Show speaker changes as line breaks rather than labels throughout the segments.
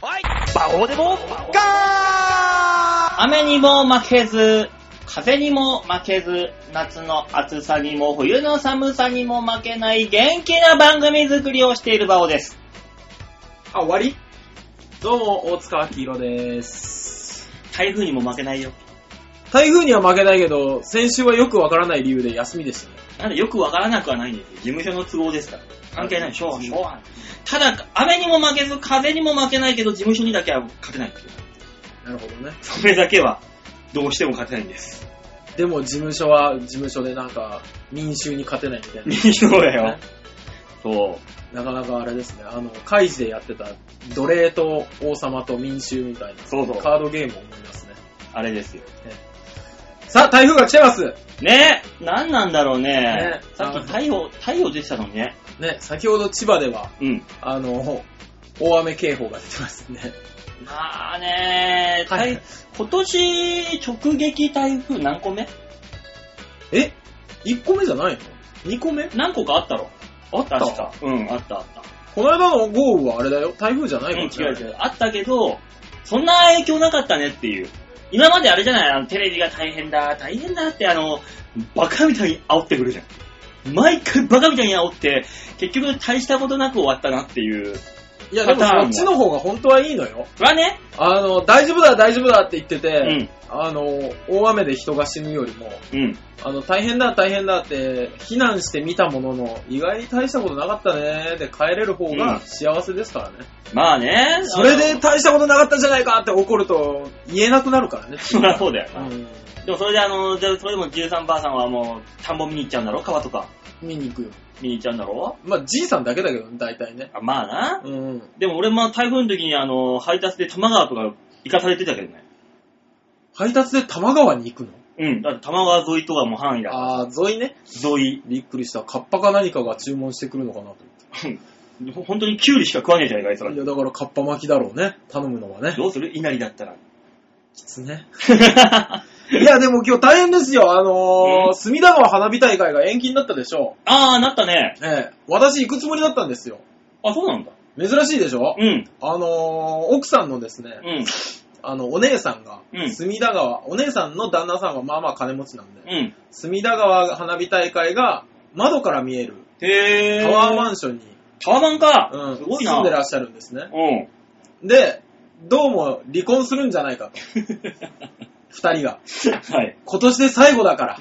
こうでも、ガー
雨にも負けず、風にも負けず、夏の暑さにも冬の寒さにも負けない元気な番組作りをしているバオです。
あ、終わりどうも、大塚明宏です。
台風にも負けないよ。
台風には負けないけど、先週はよくわからない理由で休みでしたね。
なんでよくわからなくはないんですよ。事務所の都合ですから。関係ない。しょうがない
しょうがない。
ただ、雨にも負けず、風にも負けないけど、事務所にだけは勝てないっていう。
なるほどね。
それだけは、どうしても勝てないん です。
でも事務所は事務所でなんか、民衆に勝てないみたい
そうだ
な
よ。。そう。
なかなかあれですね、あの、開示でやってた、奴隷と王様と民衆みたいな、
そうそう
カードゲームを思いますね。
あれですよ。
さあ、台風が来てます
ねえ、なんなんだろうね
ね。
さっき太陽、太陽出てたのにね。
ね、先ほど千葉では、
うん。
あの、大雨警報が出てますね。
まあね、
は
台
い
今年直撃台風何個目
え ?1 個目じゃないの ?2 個目
何個かあったろあった確か。うん、あったあった。
この間の豪雨はあれだよ。台風じゃない
うん
か、らね。
違う違う。あったけど、そんな影響なかったねっていう。今まであれじゃないあの、テレビが大変だ、大変だって、あの、バカみたいに煽ってくるじゃん。毎回バカみたいに煽って、結局大したことなく終わったなっていう。
いや、でも
パターン
そ
は
っちの方が本当はいいのよ。
はね、
あの、大丈夫だ、大丈夫だって言って
う
て、
ん、
あの、大雨で人が死ぬよりも、
うん。
あの、大変だ、大変だって、避難してみたものの、意外に大したことなかったねで帰れる方
うん
が幸せですからね。
まあね。
それ
あ
で
の、
大したことなかったじゃないかって怒ると、言えなくなるからね。
そりゃそうだよな。
うん。
でもそれであの、でそれでも13ばあさんはもう、田んぼ見に行っちゃうんだろ川とか
見に行くよ。
見に行っちゃうんだろ
まあ、じいさんだけだけどね、大体ね。
あまあな。
うん。
でも俺も台風の時にあの、配達で玉川とか行かされてたけどね。
配達で多摩川に行くの
うん。だって玉川沿いとかも範囲だから。
あー、沿いね。
沿い。
びっくりした。カッパか何かが注文してくるのかなと思って。
ほ本当にキュウリしか食わねえじゃないか、あいつら
い。や、だから、カッパ巻きだろうね。頼むのはね。
どうする稲荷だった ら。
きつね。いや、でも今日大変ですよ。あのー
うん
隅田川花火大会が延期になったでしょ
あー、なったね。
う。ええ。私行くつもりだったんですよ。
あ、そうなんだ。
珍しいでしょ
うん。
あのー奥さんのですね、
うん。
あの、お姉さんが
うん、
隅田川、お姉さんの旦那さんはまあまあ金持ちなんで、
うん。
隅田川花火大会が窓から見える
へー。
タワーマ
ン。
ンションに、
タワーマンか。
うん、
すごいな。
住んでらっしゃるんですね。
うん。
で、どうも離婚するんじ ゃないかと。二人が。
はい。
今年で最後だから。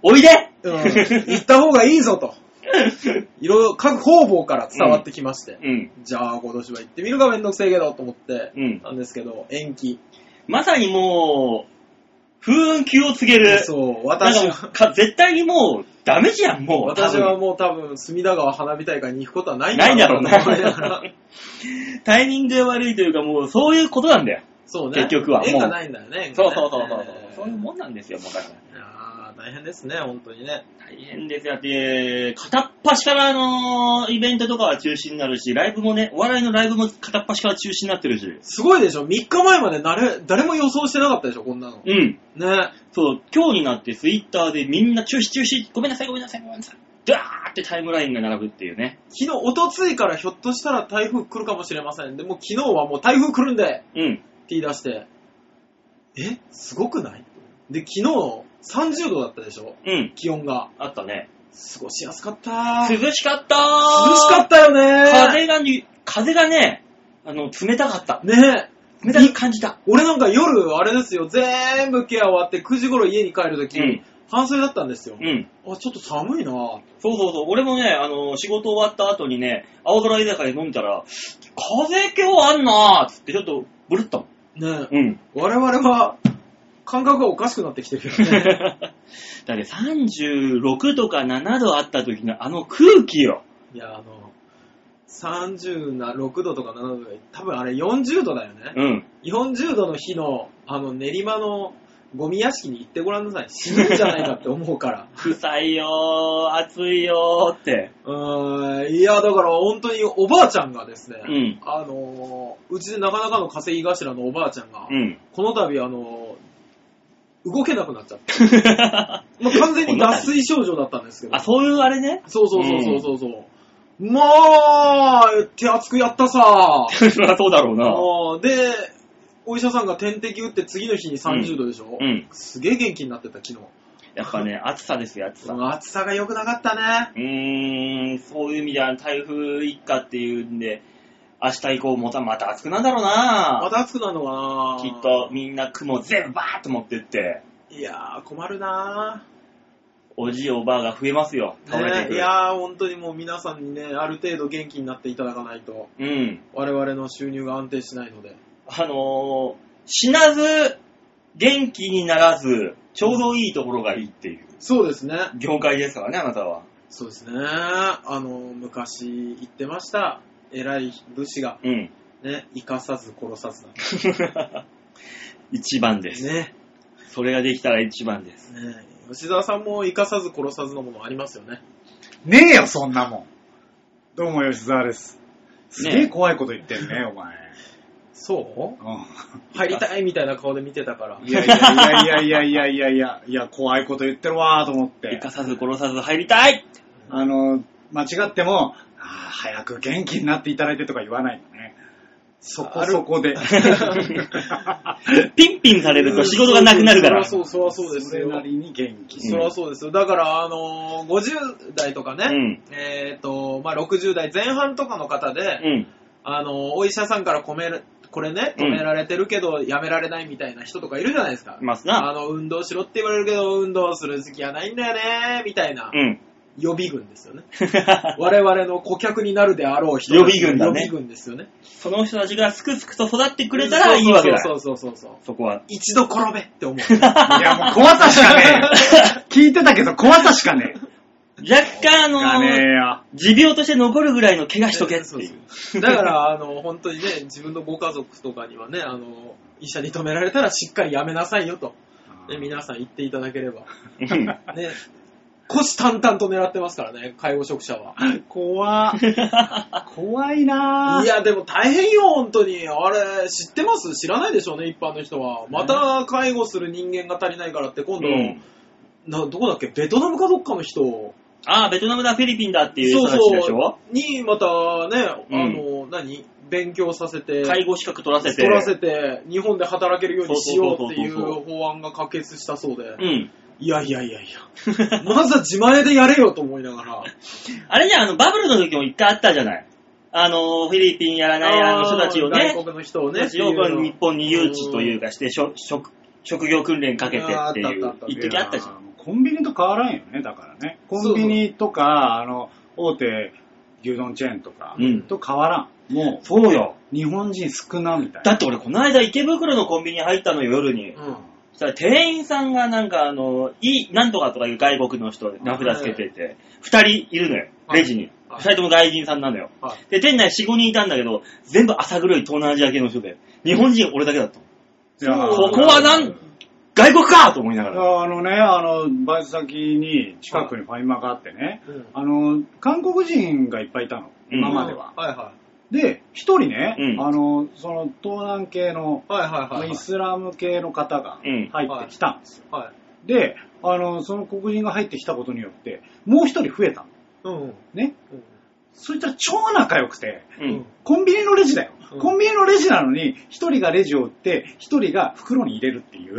おいで
うん行った方がいいぞ と、いろいろ各方々から伝わってきまして、
うん。
じゃあ今年は行ってみるかめんどくせえけどと思って、
うん。
なんですけど、延期。
まさにもう、風雲急を告げる。
そう、
なん
私
か
は、
か絶対にもう、ダメじゃん、もう。
私は
多
もう多分、隅田川花火大会に行くことはない
分
ん
ないだろうな
と思いながら。
タイミングが悪いというか、もう、そういうことなんだよ。
そうね。
結局はもう
縁がないんだよね。縁が
そ
ね
うそうそうそう。そういう
い
もんなんですよ、もうだから。
やー大変ですね、本当にね。
大変ですよ。だって、片っ端から、あのーイベントとかは中止になるし、ライブもね、お笑いのライブも片っ端から中止になってるし。
すごいでしょ ?3 日前まで誰誰も予想してなかったでしょ、こんなの。
うん。
ね。
そう、今日になってツイッターでみんな中止中止、ごめんなさいごめんなさいごめんなさい。ダーってタイムラインが並ぶっていうね。
昨日、おとついからひょっとしたら台風来るかもしれません。でも昨日はもう台風来るんで、
うん。
って言い出して、えすごくないで、昨日30度だったでしょ
うん。
気温が。
あったね。
過ごしやすかった。涼し
涼しかったー
かったよね
風がに、風がね、あの、冷たかった。
ねえ。
冷たく感じた。
俺なんか夜、あれですよ、全部ケア終わって9時頃家に帰るとき、
うん
半袖だったんですよ
う。ん。
あ、ちょっと寒いなぁ。
そうそうそう。俺もね、あの、仕事終わった後にね、青空居酒屋で飲んだら、風今日あんなーっつってちょっと、ブルったもん。
ね え。
うん。
我々は、感覚がおかしくなってきてるよ
だ
ね。
って36とか7度あった時のあの空気よ。
いや、あの、36度とか7度で、多分あれ40度だよね。
うん。
40度の日の、あの、練馬のゴミ屋敷に行ってごらんなさい。死ぬんじゃないかって思うから。
臭いよー、暑いよーって。
うーん、いや、だから本当におばあちゃんがですね、
うん
あのー、うちでなかなかの稼ぎ頭のおばあちゃんが、
うん。
この度あのー、動けなくなっち ゃった。まあ完全に脱水症状だったんですけ ど
あ、。そういうあれね。
そうそうそうそうそうそう。まあ、手厚くやったさ。
そりゃそうだろうな。
あーで、お医者さんが点滴打って次の日に30度でしょ、
うん。
すげえ元気になってた、昨日。
やっぱね、暑さですよ、暑さ。
その暑さが良くなかったね。
うーん、そういう意味では台風一過っていうんで、明日以降もたまた暑くなんだろう
ま
な
た暑くなるのかな
きっ。とみんな雲全部バーッと持ってって、
いやー、困るな
おじいおばあが増えますよ、
ー
倒れてい
ね
く。
いやー、本当にもう皆さんにね、ある程度元気になっていただかないと、
うん。
我々の収入が安定しないので。
あのー、死なず、元気にならず、ちょうどいいところがいいっていう
そうですね。
業界ですからね、あなたは。
そうですね。あの、昔言ってました。偉い武士が、
うん。
ね、生かさず殺さずだ。
一番です。
ね。
それができたら一番です。
ね吉沢さんも生かさず殺さずのものありますよね。
ねえよ、そんなもん。どうも、吉沢です。すげえ怖いこと言ってんね、お前。
そう
う
入りたいみたいな顔で見てたから
ん。。いやいやいやいやいやいやいや、いや、怖いこと言ってるわーと思っ
生
て。
かさず殺さず入りたい
あの、間違っても、あー早く元気になっていただいてとか言わないのね。そこそこで。
ピンピンされると仕事がなくなるから。
そうそうそうそうです
それな
よ。
りに元気。
そりゃそうですよ。だから、あのー50代とかね、
うん
えっ、と、まあ、60代前半とかの方で、
うん。
あのーお医者さんからこめるこれね、止められてるけど、やめられないみたいな人とかいるじゃないですか。
います
あ
な。
の、運動しろって言われるけど、運動する時期はないんだよね、みたいな
うん。
予備軍ですよね。我々の顧客になるであろう人。
予備軍だね
予備軍ですよね。
その人たちがすくすくと育ってくれたらいいわけだ。
そうそうそうそうそう。
そこは。
一度転べって 思う。
いや、もう怖さしかね え。聞いてたけど怖さしかねえ。
若干あの
がねえよ。
持病として残るぐらいの怪我しとけって
そう
い。
そ ううだから、あの、本当にね、自分のご家族とかにはね、あの、医者に止められたらしっかりやめなさいよと、ね、皆さん言っていただければ。
うん
ね、虎視眈々と狙ってますからね、介護職者は。
怖怖いない
や、でも大変よ、本当に。あれ、知ってます知らないでしょうね、一般の人は。また介護する人間が足りないからって、今度、
うん
などこだっけ、ベトナムかどっかの人
ああ、ベトナムだ、フィリピンだっていう人
そう
たちでし
そ
ょ
う、にまたね、あの、何勉強させて、
介護資格取らせて。
取らせて、日本で働けるようにしようってい
そうそうそう
う法案が可決したそうで、
うん。
いやいやいやいや、まずは自前でやれよと思いながら、
あれじゃん、あの、バブルの時も一回あったじゃない。あの、フィリピンやらないあの人たちをね、
外国の人を
人
ね、
たちをこう日本に誘致という
か、
かして、職職職業訓練かけてってい
あーあったあ
う
ったあった、
一時あったじゃん。
ん。コンビニと変わらんよね、だからね。コンビニとか、あの、大手牛丼チェーンとか
うん
と変わらん。も
そうよ。
う、日本人少なみたい
だ
な。
って俺、この間池袋のコンビニ入ったのよ、夜に。
うん
そしたら店員さんがなんかあの、いい、なんとかとかいう外国の人で名札つけてて、二人いるのよ、
はい
レジに。
は
二
い
人とも外人さんなのよ。
はい
で、店内四五人いたんだけど、全部朝黒い東南アジア系の人で、日本人俺だけだった。
じゃあ
ここはなん外国かと思いながら。
あのね、あの、バイト先に近くにファミマがあってね、
うん
あの、韓国人がいっぱいいたの、
うん
今までは。
はいは
で、一人ね、
うん
あの、その、東南系の、
い。はいはいはいはい。
イスラム系の方が
うん
入ってきたんですよ。
はい。
で、あの、その黒人が入ってきたことによって、もう一人増えたの。
うんうん。
ね。そいつら超仲良くて、
う
うんん。。
コンビニのレジだよ。
うん
コンビニのレジなのに、一人がレジを売って、一人が袋に入れるっ ていう。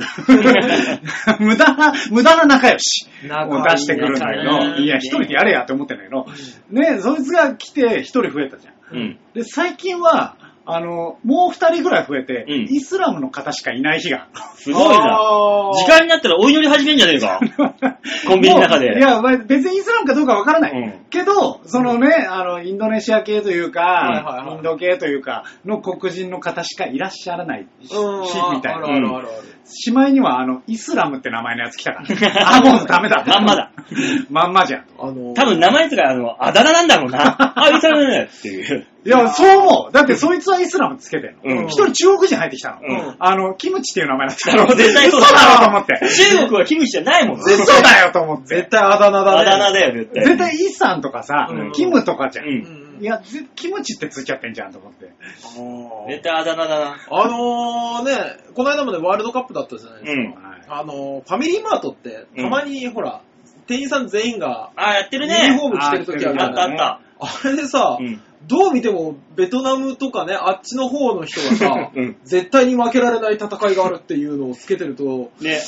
無駄な、無駄な仲良しを出してくるんだけ
仲
ど、
いいね
いや、一人でやれやって思ってんだけど、ね、そいつが来て一人増えたじゃん。
うん。
で、最近は、あの、もう二人ぐらい増えて、
うん
イスラムの方しかいない日が。
すごいな。
あー
時間になったらお祈り始めんじゃねえ か。 コンビニの中で
もういや、まあ別にイスラムかどうかわからない。
うん
けど、そのね、あの、インドネシア系というか、
いはいはい
インド系というか、の黒人の方しかいらっしゃらないし、
うん
みたい
あ
な。
るあるあるある。
しまいには、あの、イスラムって名前のやつ来た から。あ、もうダメだ。
まんまだ。
まんまじゃん。
あの、
多分名前とか、あの、あだ名なんだろうな。あ、イスラムだよっていう。
いや、そう思う。だって、そいつはイスラムつけてんの。
うん
一人中国人入ってきたの。
うん
あの、キムチっていう名前だ った
だろ
の。
う 絶対そう
嘘だろうと
だ
思って。
中国はキムチじゃないもん。
嘘だよと思って。
絶対あだ名だね。
あだ名だよ、絶対。
絶対イさんとかさ、
うん
キムとかじゃん。
うん
うん
いや、ぜキムチってついちゃってんじゃんと思って。
うん
絶対あだ名だな。
あのーね、この間までワールドカップだったじゃないです
うん。
はい
か。あのーファミリーマートって、たまにほら、店員さん全員が
あ、やってる
ユニ
ね
フォ。ーム着てる時あるじ
あ
ゃ
っ
な
た
い
あった。
あれでさ、
うん。、
どう見てもベトナムとかね、あっちの方の人がさ
うん
絶対に負けられない戦いがあるっていうのをつけてると、
ね、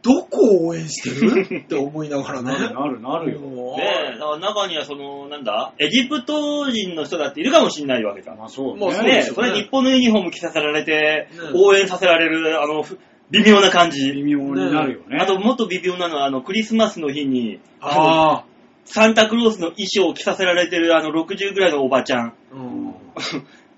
どこを応援してるって思いながら
なる
ね。
なるなるよ。
もう
ねだから中にはその、なんだ、エジプト人の人だっているかもしれないわけじゃん。
まあそう
まあそう
ね。
ね
ですよね
それ日本のユニフォーム着させられて、
ね
応援させられる、あの、ふ微妙な感
微
じ。
妙になるよね。
あと、もっと微妙なのは、あの、クリスマスの日に、あの
ああ、
サンタクロースの衣装を着させられてる、あの、60ぐらいのおばちゃん、
うん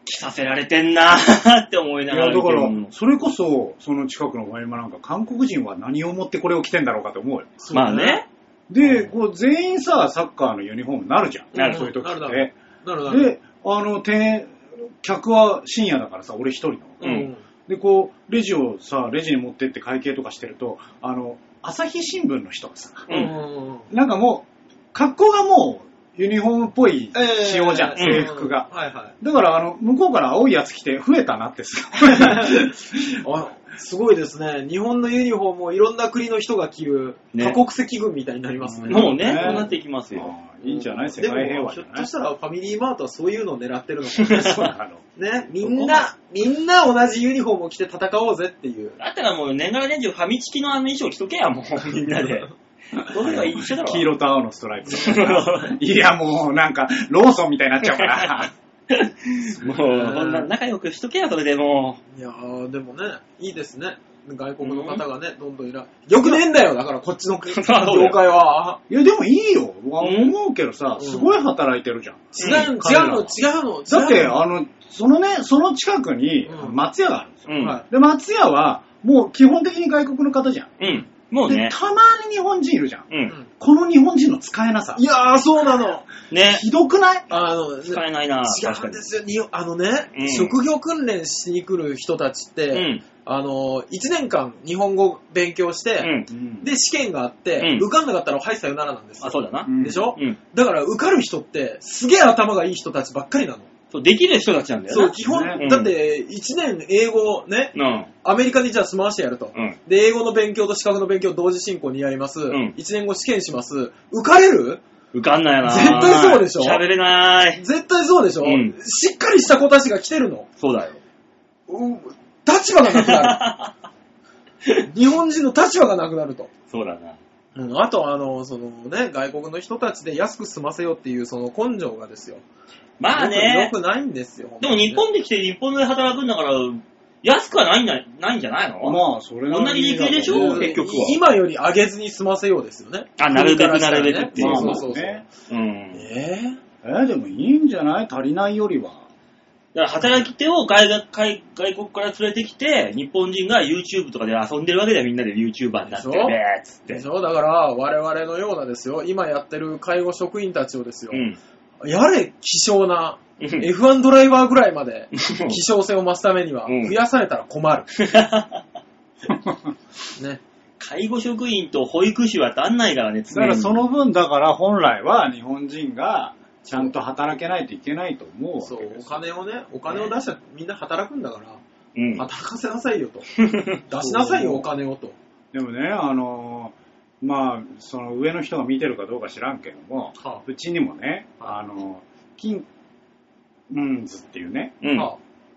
着させられてんなー って思い
い
なが
や、
ら
だ
見て
か
る
ら
もの、
それこそ、その近くの割り場なんか、韓国人は何をもってこれを着てんだろうかと思うよ。
そう
まあね。
で、こう、全員さ、サッカーのユニフォームになるじゃん。
なる
そういう時
なる
っ
な
て
る。なるなる。
で、あの、店、客は深夜だからさ、俺一人の。
うん
で、こう、レジをさ、レジに持ってって会計とかしてると、あの、朝日新聞の人がさ、
う
うんん。
なんかもう、格好がもう、ユニフォームっぽい仕様じゃん、
え
え
制服が。
うんはいはい。
だから、あの、向こうから青いやつ着て、増えたなってす
あすごいですね。日本のユニフォームをいろんな国の人が着る、
ね
多国籍軍みたいになりますね。
もうね、
ね
こうなっていきます
ごい。
よ。
あーいいんじゃない世界平和じ
でも、ひょ
ゃ
っ
な
と
い
したらファミリーマートはそういうのを狙ってるのかもね
そうなの。
ね。みん な、みんな同じユニフォームを着て戦おうぜっていう。
だったらもう年がら年中ファミチキのあの衣装着とけや、もう、みんなで。そうすれば一緒だろ。
黄色と青のストライプ。いや、もうなんか、ローソンみたいになっちゃ うから。
もう、こんな仲良くしとけや、それでも
いやー、でもね、いいですね。外国の方がね、どんどんいら。よくねえんだよ、だからこっちの 国業
そうだよ
界は。
いや、でもいいよ。僕は
うん
思うけどさ、
うん
すごい働いてるじゃん。
違う、
うん
違うの、違うの。
だって、
違うの
あの、そのね、その近くに
うん
松屋があるんですよ。
う。うん。
は
で、松屋は、もう基本的に外国の方じゃん。
うん。もう
で
ね、。
たまに日本人いるじゃん。
う
い
ん。
この日本人の使えなさ
い。やー、そうなの。
ね。
ひどくない
あ の、
使えないな。確
違う
か
ん
に
で。すよ。にあのね、
うん
職業訓練しに来る人たちって、
うん。
あの、1年間日本語勉強し
う
て、
ん。
うん
で、試験があって、
うん
受かんなかったら、はい、さよならなんですよ
あ、そうだな。
でしょ、
うん。
だから、受かる人って、すげえ頭がいい人たちばっかりなの。
そう、できる人たちなんだよ
そう、
な。
基本、
ね
だって、1年英語をね、アメリカにじゃあ住まわしてやると。
うん。うん。
で、英語の勉強と資格の勉強同時進行にやります。
ん
1年後試験します。受かれる
受かんないな。
絶対そうでしょ
喋れない。
絶対そうでしょ、
うん
しっかりした子たちが来てるの。
そうだよ。
うん立場がなくなる。日本人の立場がなくなると。
そうだな。
うん、あと、あの、そのね、外国の人たちで安く済ませようっていう、その根性がですよ。
まあ
よ
ね。
くよくないんですよ。
でも日本で来て日本で働くんだから、安くはないんだ、ないんじゃないの
まあ、それなりに
同じ理屈でし
本
ょ
当
結局は
今より上げずに済ませようですよね。
あなるべく
国からしたらね
なるべくっていう
まあ
そ
ま
う
あ
そうそうそう。
ね。
うん。
え
えーでもいいんじゃない足りないよりは。
だから働き手を外が外外国から連れてきて、日本人が YouTube とかで遊んでるわけだよ、みんなで YouTuber になって
でしょ
ね、つっ
ー、で
て
し。ょだから、我々のようなですよ、今やってる介護職員たちをですよ、
うん。
やれ、希少な、
うん
F1 ドライバーぐらいまで、希少性を増すためには、
うん
増やされたら困る。ね。
介護職員と保育士は足んないからね、
だからそ
の、
の分、だから本来は日本人がちゃんと働けないといけないと思うわ
そ
け
う、
で
お
す。
金をね、お金を出したらみんな働くんだから、
うん、
働かせなさいよと。出しなさいよ、お金をと。
でもね、あのーまあ、その上の人が見てるかどうか知らんけども、
は
うちにもね、あのー、金、うんずっていうね、
うん。
は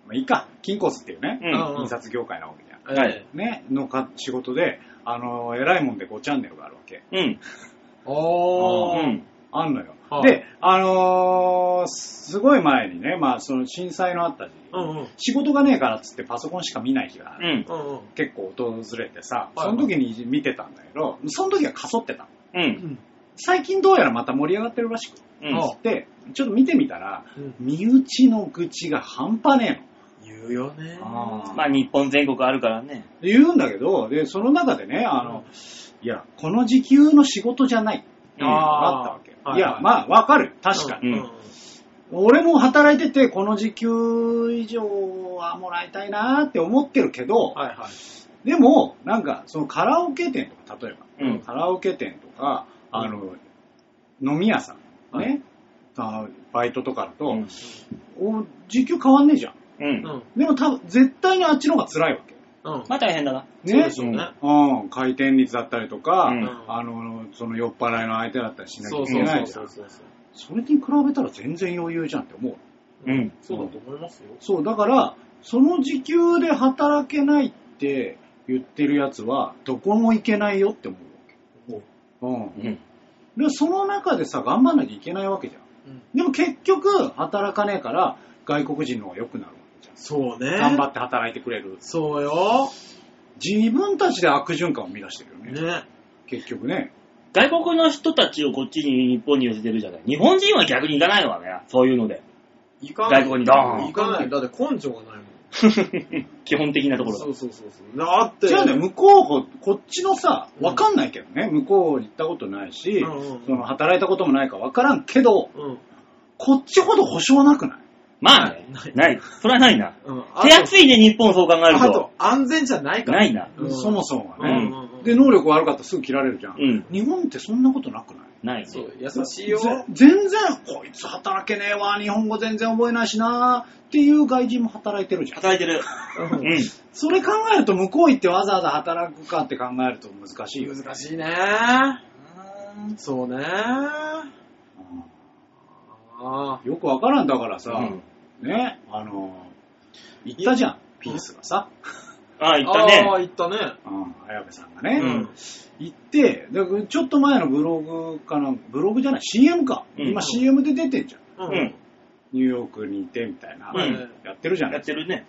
まあ、いいか、金骨っていうね、
うん
うん
印刷業界なわけじゃん。
あ
は
え
い
ね、のか仕事で、あのー偉いもんで5チャンネルがあるわけ。
うん。
えお
う
ー。
ん。
あんのよ。
はい
で、あのーすごい前にね、まあ、その震災のあった時、
うんうん。
仕事がねえからっつってパソコンしか見ない日が
うん。
うんうん。
結構訪れてさ、
はい
その時に見てたんだけど、その時はかそってた。
うん。
最近どうやらまた盛り上がってるらしく
うん。
あ
て、ちょっと見てみたら、
うん
身内の愚痴が半端ね
言うよね
え。の。
まあ日本全国あるからね。
言うんだけど、で、その中でね、あの、いや、この時給の仕事じゃない。
うん
あったわけ。
あー
い
はいは
や、
い
まあ、わかる。確かに。
うん
俺も働いてて、この時給以上はもらいたいなーって思ってるけど、
はいはい。
でも、なんか、そのカラオケ店とか、例えば、
うん
カラオケ店とか、あの、飲み屋さん、
は
ね、あバイトとかだと、
うん。
お時給変わんねえじゃん。
うん
うん。
でも多分、絶対にあっちの方が辛いわけ。
ううん。
まあ大変だな。
そうでしょうね
うんうん回転率だったりとか、
うん
あの、その酔っ払いの相手だったりしなき
そ
ゃいうけ
そう
ない
そう
じゃ
そ
ん
うそう。
それに比べたら全然余裕じゃんって思う。
うん
そうだと思いますよ。
そう、だから、その時給で働けないって言ってるやつは、どこも行けないよって思うわけ。
うん。
うん。で、その中でさ、頑張んなきゃいけないわけじゃん。
うん
でも結局、働かねえから、外国人の方が良くなるわけじゃん。
そうね。
頑張って働いてくれる。
そうよ。
自分たちで悪循環を生み出してるよね。
ね。
結局ね。
外国の人たちをこっちに日本に寄せてるじゃない。日本人は逆に行かないわね。そういうので。
行かない。
外国にドーン
行かない。だって根性がないもん。
基本的なところ
そ
が。
うそうそうそう。だって。
じゃあね、向こうほ、こっちのさ、
うん
わかんないけどね。向こう行ったことないし、
うんうんうん
その働いたこともないからわからんけど、
うん。
こっちほど保証なくない
まあね
ない。
ない。それはないな。
うん。
手厚いね、日本そう考える
あ
と
と。、安全じゃないから。
ないな。
うん
そもそも
う
は
ん
ね。
うんうん。
で、能力悪かったらすぐ切られるじゃん。
うん。
日本ってそんなことなくない
ないね。
そう、優しいよ。
ぜ全然、こいつ働けねえわ、日本語全然覚えないしなっていう外人も働いてるじゃん。
働いてる。
うん
う
それ考えると向こう行ってわざわざ働くかって考えると難しいよね。
難しいね。そうね。ああ。
よくわからんだからさ、
ん。
ね、あの、行ったじゃん、ピースがさ、
ああ、
行
行った
ああ、
ね。
行ったね。
うん、綾部さんがね、
うん
行って、だからちょっと前のブログかな、ブログじゃない、CM か。
うん
今 CM で出てんじゃん。
う
うん。
ニューヨークにいてみたいな、
うん
やってるじゃな
や
い
ってるね。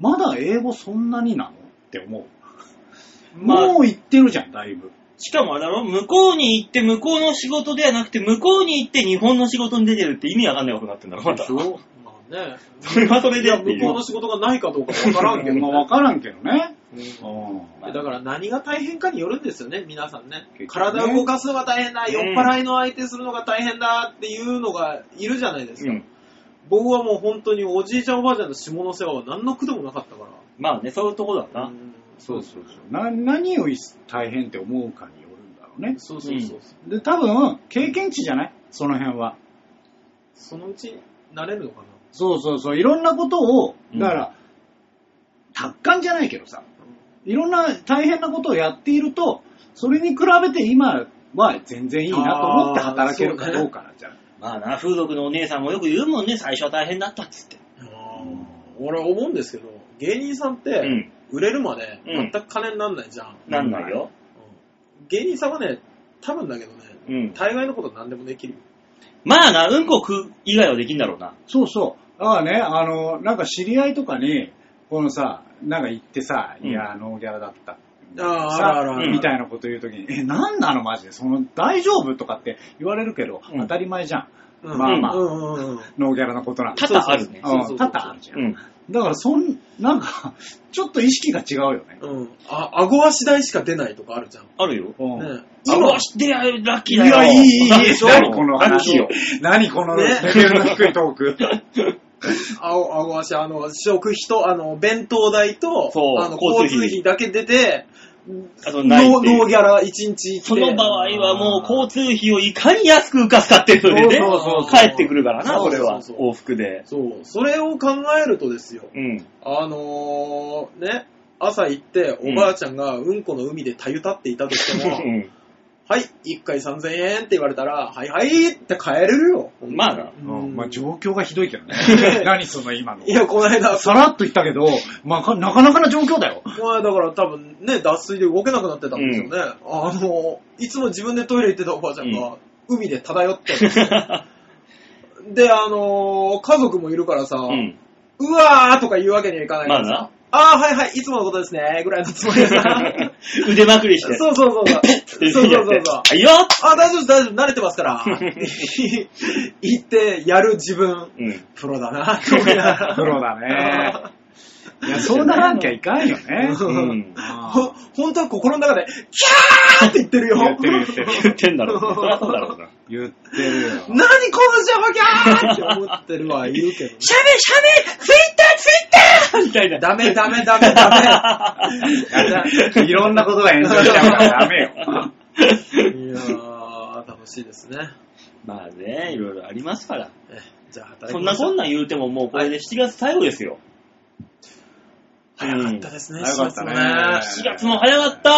まだ英語そんなになのって思う。
まあ
もう行ってるじゃん、だいぶ。
しかもあれだろ向こうに行って向こうの仕事ではなくて、向こうに行って日本の仕事に出てるって意味わかんないことになってんだろ、また。そ
まあね。
れはそれ
い
で
や、
って
向
い
こう
う
の。仕事がないかどうかわからんけど、
まあわからんけどね。
うん
うん
だから何が大変かによるんですよね、皆さんね
結局ね。
体を動かすのが大変だ、
うん
酔っ払いの相手するのが大変だっていうのがいるじゃないです
う
か。
ん。
僕はもう本当におじいちゃんおばあちゃんの下の世話は何の苦でもなかったか
まあね、そういうとこだ
ら。
な
う。ん
そうそうそう。な何を大変って思うかによるんだろうね。
そうそうそう。
で、多分、経験値じゃないその辺は。
そのうち慣れるのかな。
そうそうそう。いろんなことを、だから、達観じゃないけどさ、いろんな大変なことをやっていると、それに比べて今は全然いいなと思って働けるかどうかなんじゃない
まあな、風俗のお姉さんもよく言うもんね、最初は大変だったっつって。
俺思うんですけど、芸人さんっ
う
て
ん。
売れるまで
うん
全く金にならないじゃん。
なんないよ。
うん芸人さんはね、多分だけどね、
うん。
大概のこと何でもできるよ。
まあな、うんこ食う以外はできんだろうな。
そうそう。だからね、あの、なんか知り合いとかに、このさ、なんか行ってさ、
うん
いや、ノーギャラだった。
あー
さ
あるあるある
みたいなこと言うときに、え、なんなのマジで、その、大丈夫とかって言われるけど、
うん
当たり前じゃん。
うん
まあまあ、
うんうんうん。
ノーギャラのことなんて
多。々あるね。
そうそうそう
うん多々あるじゃん。
うん。
だから、そん、なんか、ちょっと意識が違うよね。
うん。あ、顎は次第しか出ないとかあるじゃん。
あるよ。
うん
ね
あ、わしでラッキ
い
ーだよ。
や、いい、いい、いい
ラッキーでしょ
何この
ラッキー
話
よ。。
何このレ
ね
ベルの低いトーク。
顎顎はし、あの、食費と、あの、弁当代と、
そう
あの、
交
交
通
通
費
費だけ出て、
あとない
ノ
っていう
ーノーギャラ1日
その場合はもう
あー
交通費をいかに安く浮かすかっていうのでね
そうそうそう、
帰ってくるからな、
そう
俺
そうそう
は。往復で。
そう、それを考えるとですよ、
うん。
あのー、ね、朝行って、おばあちゃんがうんこの海でたゆたっていたとしても、 はい、1回3000円って言われたら、はいはいって帰れるよ。
まあな。
うんまあ、状況がひどいけ どね。何その今の
い。や、この間、
さらっと言ったけど、まあか、なかなかな状況だよ。
まあだから多分ね、脱水で動けなくなってたんですよね。あの、いつも自分でトイレ行ってたおばあちゃんが、海で漂ってた。で、あの、家族もいるからさ、う
うん。
わーとか言うわけにはいかないからさ、
まあな
あーはいはい、いつものことですね、ぐらいのつもり でさ、
腕まくりして。
そうそうそうそう、そうそう
や
そ
っ
う
て
そう。
はいよ
あ、大丈夫です、大丈夫、慣れてますから。 言って、やる自分、
うん。
プロだな、と思いなが
プロだ ね。いや、そうならなきゃいかんよね。
う
うんん。
ら。
あ
ほ、本当は心の中で、キャーって言ってるよ。
言ってる言って
言っ
る。
てんだろうね。そりゃそうだろうな。
言ってるよ。
何このジャバギャーって思ってるわ、言うけどね。
しゃべしゃべツイッターツイッターみたいな。
ダメダメダメダ
いろんなことが炎上しちゃうからダメ よ。
メ。いやー、楽しいですね。
まあね、いろいろありますから。
えじゃあ働き
そんなこん
な。
なん言うてももうこれで7月最後ですよ。
早かったですね、
早かったね
4月
4月も早かった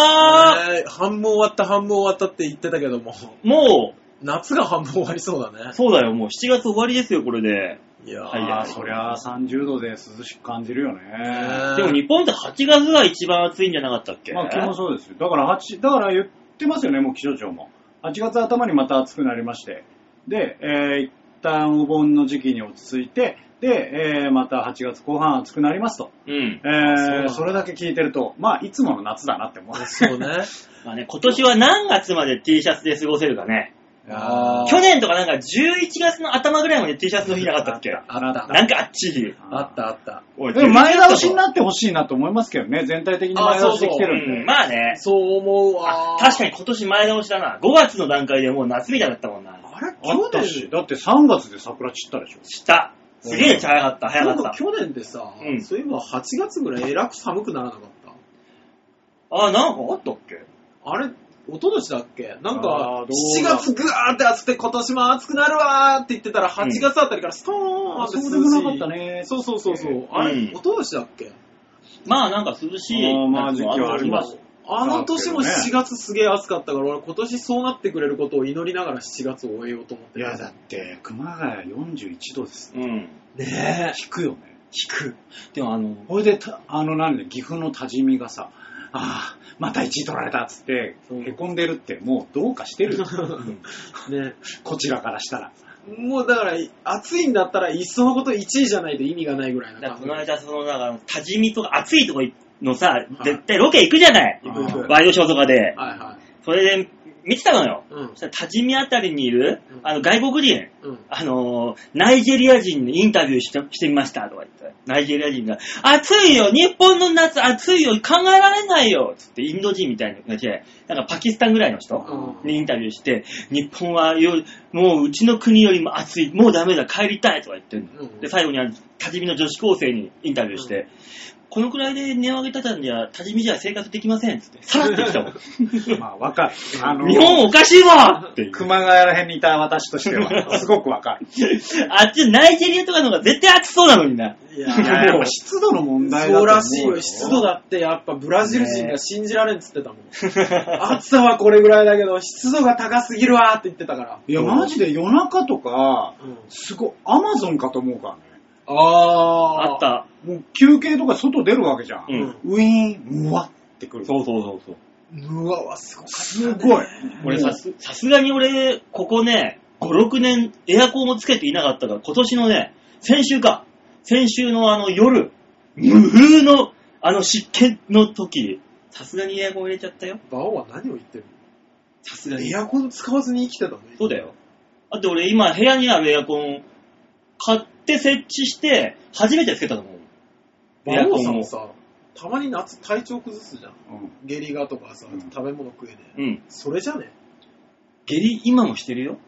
ー
ね半分終わった、半分終わったって言ってたけども、
も
夏が半分終わりそうだね
う、。そうだよ、もう7月終わりですよ、これで。
いやー、
はい
あ
は
あ、
い
そりゃあ30度で涼しく感じるよね。
ね
でも日本って8月が一番暑いんじゃなかったっけ
まあ、気もそうですよ。だから8、だから言ってますよね、もう気象庁も。8月頭にまた暑くなりまして。で、えー一旦お盆の時期に落ち着いて、で、えーまた8月後半暑くなりますと。
うん。
え
そうなん
ー
だ
それだけ聞いてると、まあ、いつもの夏だなって思う。
そうね。
まあね、今年は何月まで T シャツで過ごせるかね。
あー
去年とかなんか11月の頭ぐらいまで T シャツの日なかったっけ
あなた。
なんかあっちり。
あったあった。
おい
でも前倒しに
っ
なってほしいなと思いますけどね、全体的に前倒しできて
て
るんで。
る。うんまあね。
そう思うわ
あ
ー。
確かに今年前倒しだな。5月の段階でもう夏みたいだったもんな。
あれ、
あ
去
ったし、
年、
だって3月で桜散ったでしょ。
した。すげえ早かった、早
なん
か
か
った。
去年でさ、
うん
そういえば8月ぐらいえらく寒くならなかった。
あ、なんかあったっけ
あれ、一昨年だっけなん
あ
か、
ーどう
7
だ
月ぐわーって暑くて今年も暑くなるわーって言ってたら、8月あたりからストーンって涼しい。
ね
そうそうそうそう。あれ、
うん
一昨年だっけ
まあなんか涼しい
あー
夏
ま
も
あ
あ
時期はあります
った
あの年も
だってね
7月すげえ暑かったから、俺今年そうなってくれることを祈りながら7月を終えようと思って
い
る。
や、だって、熊谷41度です。
けどね。
ね
引くよね。
聞く。でもあの、
ほいで、たあの、なんで、岐阜の多治見がさ、ああ、また1位取られたっつって、
うん
へこんでるって、もうどうかしてるよ
え。ね
こちらからしたら。
え。もうだから、暑いんだったら、いっそのこと1位じゃないと意味がないぐらい な
だからこ
感じ。
の
行
間そのなんか、多治見とか暑いとこのさ、絶対ロケ行くじゃない。
く行く。
うん
はい
ワイドショーとかで。
はい。
それで見てたのよ。
うん
そしたら多治見あたりにいる
うん、
あの外国人、
うん。
あのー、ナイジェリア人にインタビューしてしてみましたとか言って、ナイジェリア人が、暑いよ日本の夏暑いよ考えられないよつってインド人みたいなのがいて、なんかパキスタンぐらいの人
うん
にインタビューして、日本はよもううちの国よりも暑い、もうダメだ帰りたいとか言ってんの
うん
で、最後にあの、多治見の女子高生にインタビューして、
う
このくらいで値を上げたたんじゃ、多治見じゃ生活できませんっつって、さらってきた もん。
まあ、わかる。あの、
日本おかしいわっていう。
熊谷ら辺にいた私としては、すごくわかる。
あっち、ナイジェリアとかの方が絶対暑そうなのにな。
いや
いや、やっ
ー
ぱ湿度の問題だと
そう
思うよ
らしいよ。湿度だってやっぱブラジル人が信じられんっつってたもん。
あ
暑さはこれぐらいだけど、湿度が高すぎるわーって言ってたから。
いや、マジで夜中とか、
うん
すごい、アマゾンかと思うからね。
あー。
あった。
もう休憩とか外出るわけじゃん。
うん
ウィーン、うわってくる。
そうそうそうそう。
うわわ、すごかった、ね。
すごい。
俺さ、すさすがに俺、ここね、5、6年エアコンもつけていなかったから、今年のね、先週か。先週のあの夜、無風のあの湿気の時、さすがにエアコン入れちゃったよ。
バオは何を言ってる
さすが
の
に
エ。アコン使わずに生きてたね。
そうだよ。だって俺今部屋にあるエアコン買って設置して、初めてつけたと思う。エ
バ
アコ
オ
ン
さん
も
もさ、たまに夏体調崩すじゃん。
うん
下痢がとかさ、
うん
食べ物食えねえ。
うん。
それじゃね
下痢今もしてるよ。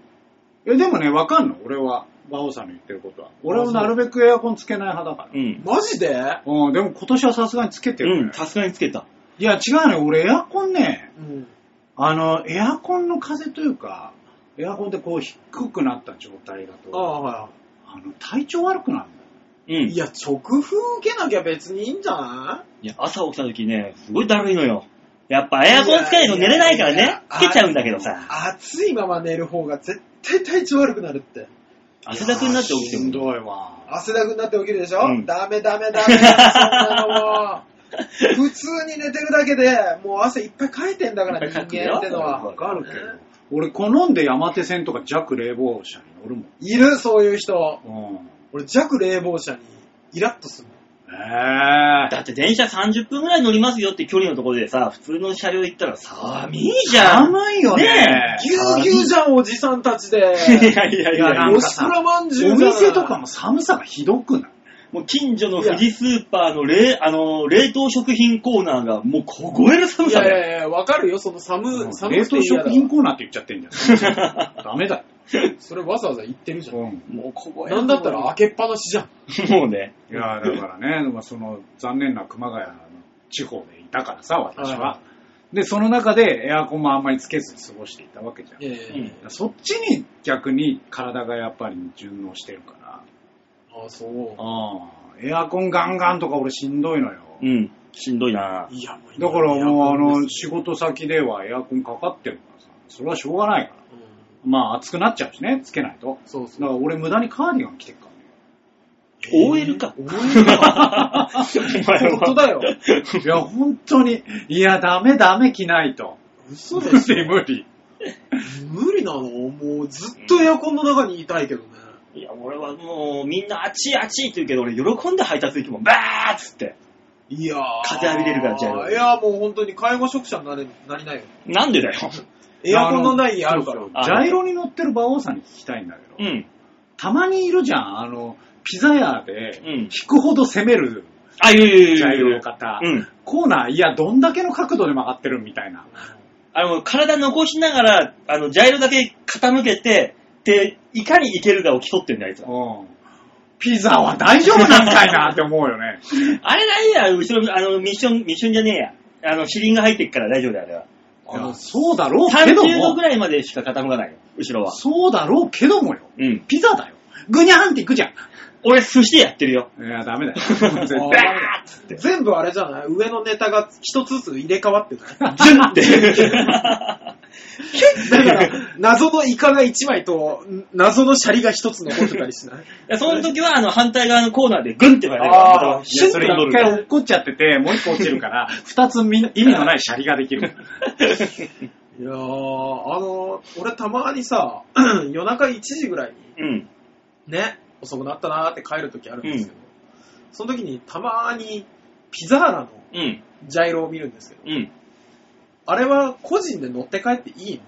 え、でもね、わかんの俺は、馬王さんの言ってることは。俺はなるべくエアコンつけない派だか
う
ら。
ん。
マジで
うん、でも今年はさすがにつけてる、ね
うん、さすがにつけた。
いや、違うね。俺エアコンね、
うん。
あの、エアコンの風というか、エアコンってこう低くなった状態だ
あ
と、
あ、は
あの体調悪くなるんだよ。
うん。
い。いや、直風受けなきゃ別にいいんじゃない
や、朝起きた時ね、すごいだるいのよ。やっぱエアコンつけないと寝れないから
いやいや
ね、つけちゃうんだけどさ。
い暑いまま寝る方が絶対体調悪くなるって。
汗だくになって起きて
しん
も。
どいわ。
汗だくになって起きるでしょ、
うん
ダメダメダメダメ、そんなのもう。普通に寝てるだけで、もう汗いっぱいかいてんだから、
いっ
人
ぱい
間
か
っ
く
て
よ
の
わ
は。
かるけど。俺好んで山手線とか弱冷房車に乗るも
いる、そういう人。
ん。うん。
俺、弱冷房車にイラッとするの。
ええ
だって電車30分ぐらい乗りますよって距離のところでさ、普通の車両行ったら寒いじゃん。
寒いよね。
ね
ぎゅうぎゅうじゃん、おじさんたちで。
いやいやい
いや
や
なん、か
おし
さ
くらまんじゅ
お
うじゃない
店とかも寒さがひどくない
もう近所の富士スーパーの冷、あの、冷凍食品コーナーがもう凍える寒
い
さ
やい
で。
やいや、わかるよ、その寒、寒
冷
くて
凍
嫌だ
食
わ。
品コーナーって言っちゃってんじ ゃん。ダメだよ。
それわざわざ言ってるじゃん。
もう凍える。
なんだったら開けっぱなしじゃん。
もうね。
いやーだ からね、まあ、その残念な熊谷の地方でいたからさ、私は。
は
で、その中でエアコンもあんまりつけずに過ごしていたわけじゃん。
いやいやいや
そっちに逆に体がやっぱり順応してるから。
あ、そう。
ああ、エアコンガンガンとか俺しんどいのよ。
うん。しんどいない
や、もう今
だからも
エア
うあ
コン
の、
です
仕事先ではエアコンかかってるからさ、それはしょうがないから。
うん
まあ暑くなっちゃうしね、つけないと。
そうそ
だから俺無駄にカーディガン着てるからね。
OL か。
OL か。
お前は
本当だよ。
いや、本当に。いや、ダメダメ着ないと。
嘘で
無
しょ
理無理。
無理なのもうずっとエアコンの中にいたいけどね。
いや、俺はもう、みんなあちいあちいって言うけど、俺喜んで配達行くもん、バーっつって。
いやー。
風浴びれるからじゃあ
いやーもう本当に介護職者になれなりないよ。
なんでだよ。
エアコンのない家あるから
そう。そうジャイロに乗ってる馬王さんに聞きたいんだけど、
うん。
たまにいるじゃん、あの、ピザ屋で
うん、
引くほど攻める
あ、いやいやいやい
ジ
や
ャ
い
イ
や
ロの方。
うん。
コーナー、いや、どんだけの角度で曲がってるみたいな。
あの、体残しながら、あの、ジャイロだけ傾けて、で、いかにいけるかを競ってんだ、あいつは。
うん。ピザは大丈夫なんかいなって思うよね。
あれないや、後ろ、あの、ミッション、ミッションじゃねえや。あの、シリンが入ってっから大丈夫だよ、あれは。
いやそうだろうけど
30度
も
ぐ、らいまでしか傾かないよ、後ろは。
そうだろうけどもよ。
うん。
ピザだよ。ぐにゃーんっていくじゃん。
俺、寿司でやってる よ。
いや、ダメだよ。
あ
絶
ー
対。
バーっつって。
全部あれじゃない上のネタが一つずつ入れ替わってない。
ジュン って。
だから、謎のイカが一枚と、謎のシャリが一つ残ってたりしない
いやその時は、あの、反対側のコーナーでグンって言われるから、
あー
また、
い
シュ
や
ンっ
そ
て
れ
戻
一
る
回
から。
落っこっちゃってて、もう一個落ちるから、 二つみ意味のないシャリができる。
いやー、あのー、俺たまにさ、 夜中1時ぐらいに、
うん。
ね、遅くなったなーって帰る時あるんですけど、その時にたまにピザーラの
うん。
ジャイロを見るんですけど、
うん。
あれは個人で乗って帰っていい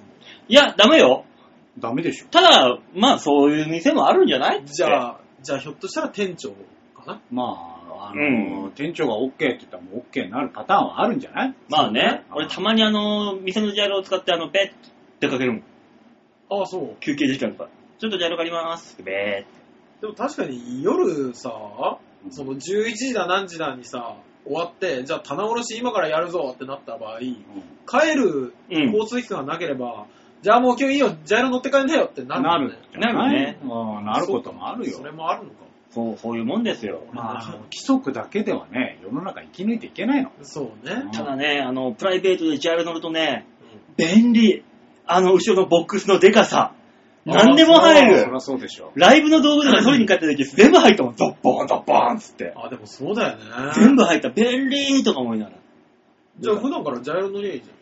いや、ダメよ。
ダメでしょ。
ただ、まあ、そういう店もあるんじゃない
のじゃあ、じゃあひょっとしたら店長かな
まあ、あの、店長が OK って言ったらもう OK になるパターンはあるんじゃない
まあね、俺たまにあの、店のジャイロを使って、あの、ベッて出かけるもん。
ああ、そう。
休憩時間とか。ちょっとジャイロ借ります。ベ
でも確かに夜さ、その11時だ何時だにさ、終わって、じゃあ棚卸し今からやるぞってなった場合、
う
帰る
うん
交通機関がなければ、じゃあもう今日いいよ、ジャイロ乗って帰んなよってなんる
な
もん
る
ね。
じゃない
なるね
うんなることもある
それ
よ。
もあるのか。
ー。そう、そういうもんですよ。
まあ、あの規則だけではね、世の中生き抜いていけないの。
そうね。
ただね、あの、プライベートでジャイロ乗るとね、
う
便利。あの、後ろのボックスのデカさ。
あー
何でも入
そり
る。
ゃそうでしょ。
ライブの道具とか取りに帰った時、全部入ったもん。ドッボーン、ドッボーンっつって。
んあ、でもそうだよね。
全部入った。便利とか思いながら。い
じゃあ普段からジャイロ乗りゃいいじゃ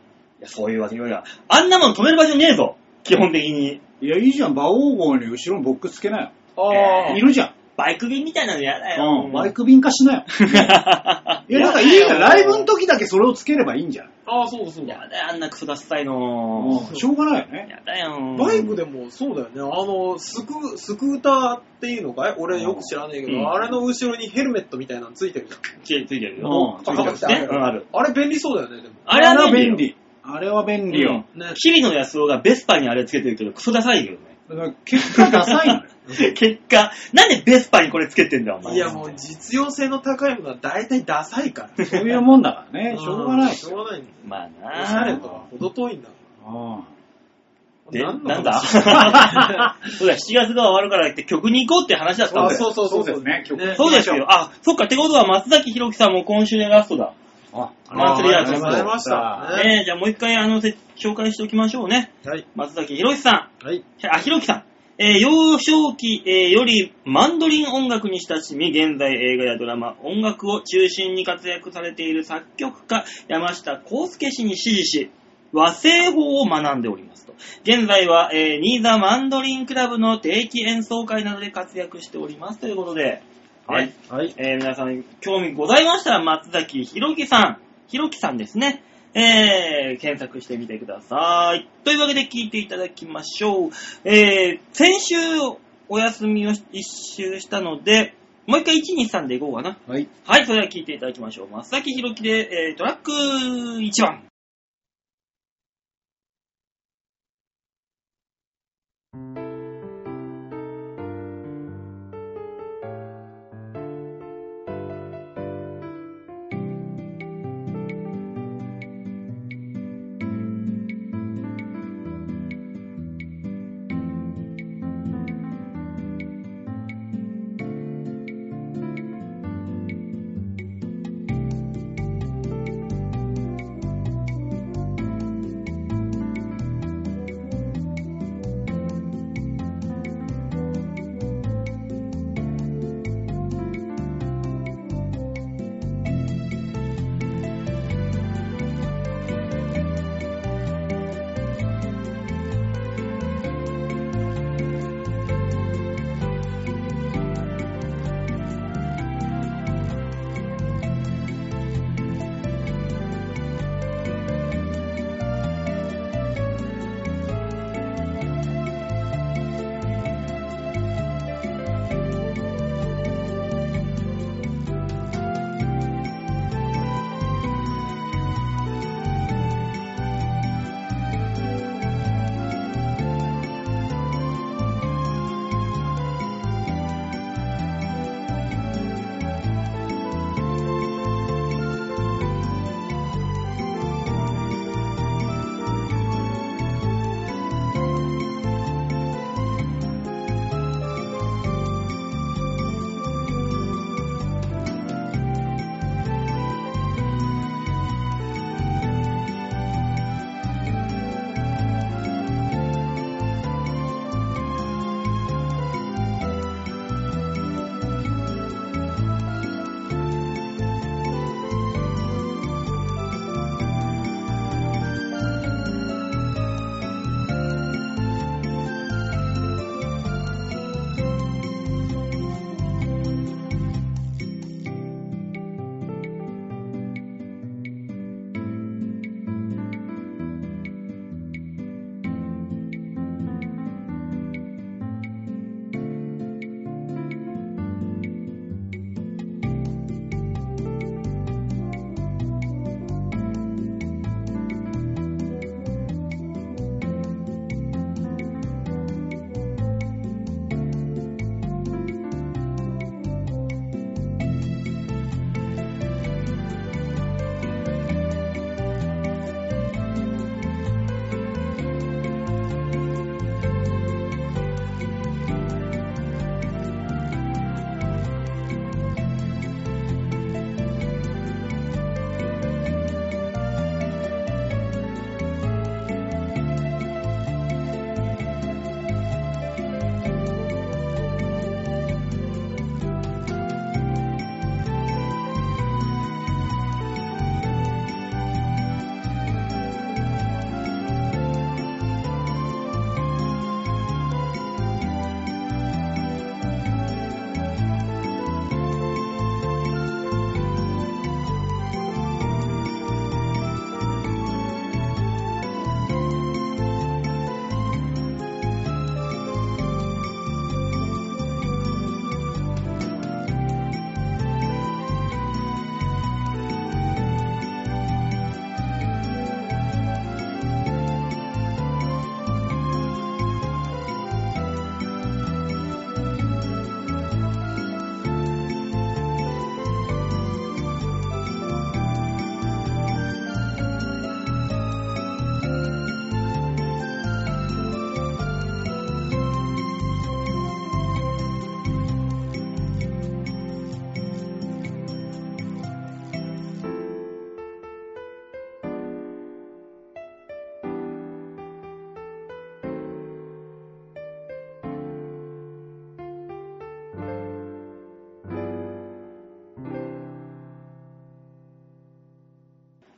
や、そういうわけにはいかないあんなもん止める場所ねえぞ。基本的に。
いや、いいじゃん。馬王号に後ろにボックスつけなよ。
え
ん。ああ、
いるじゃん。
バイク便みたいなのやだよ。
うん。バイク便化しなよ。 いや、だからいいじゃん。ライブの時だけそれをつければいいんじゃん。
ああ、そうだそうだ。
やだよ、あんなクソダッサい
うん
の。
しょうがないよね。
やだよ。
バイクでもそうだよね。あの、スク、スクーターっていうのかい俺よく知らねえけど、
うん
あれの後ろにヘルメットみたいなのついてるじゃん。
ついてるよ。
うん。
パカパカって
ね
ある
うんある。
あれ便利そうだよね、でも。
あれは
便
便利よ。
利。あれは便利よ。
うん
ね
キリの安男がベスパにあれつけてるけど、クソダサいけどね。
だから結果ダサいの よ。
結果、なんでベスパにこれつけてんだよ、お前。
いやもう実用性の高いものは大体ダサいから。
そういうもん だからね。しょうがない。
しょうがないんだよ。
まあ
おしゃれ
な
とは程遠いんだか
う
ら。
ん。
で、
何の
なんだ
話
そうだ、7月 が終わるからって曲に行こうって話だったん
あ、
だよ。
そうそうそう。
そうですね曲
そうですよ。。あ、そっか、ってことは松崎弘樹さんも今週でラストだ。
あ、
祭りだと思う
ありが
はね
ねえ、じゃあもう一回あの、せ紹介しておきましょうね。
はい。
松崎弘樹さん。
はい。
あ、ひろきさん。えー幼少期、えーよりマンドリン音楽に親しみ、現在映画やドラマ、音楽を中心に活躍されている作曲家、山下康介氏に師事し、和製法を学んでおりますと。現在は、えー新座マンドリンクラブの定期演奏会などで活躍しておりますということで、
はい
ね
はい。
えー皆さん、興味ございましたら、松崎ひろきさん、ひろきさんですね。えー、検索してみてください。というわけで聞いていただきましょう。えー、先週お休みを一周したので、もう一回123でいこうかな。
はい。
はい、それでは聞いていただきましょう。松崎ひろきで、えー、トラック1番。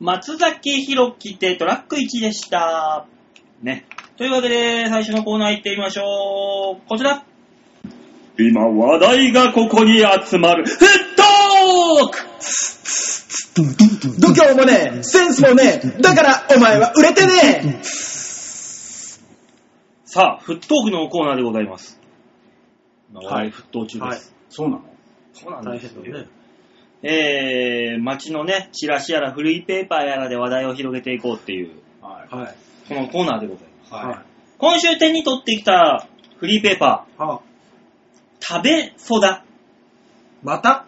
松崎弘樹でトラック1でした。ね。というわけで、最初のコーナー行ってみましょう。こちら。今話題がここに集まる、フットーク
度胸もねえ、センスもねえ、だからお前は売れてね
さあ、フットークのコーナーでございます。
はい
沸騰中です。
そうなの
そう
え。
なんですよ。
ね。
えー、街のね、チラシやらフリーペーパーやらで話題を広げていこうっていう、
はい。
はい。
このコーナーでございます。
はい。
はい
今週手に取ってきたフリーペーパ
はあ、
ー、食べそだ。
また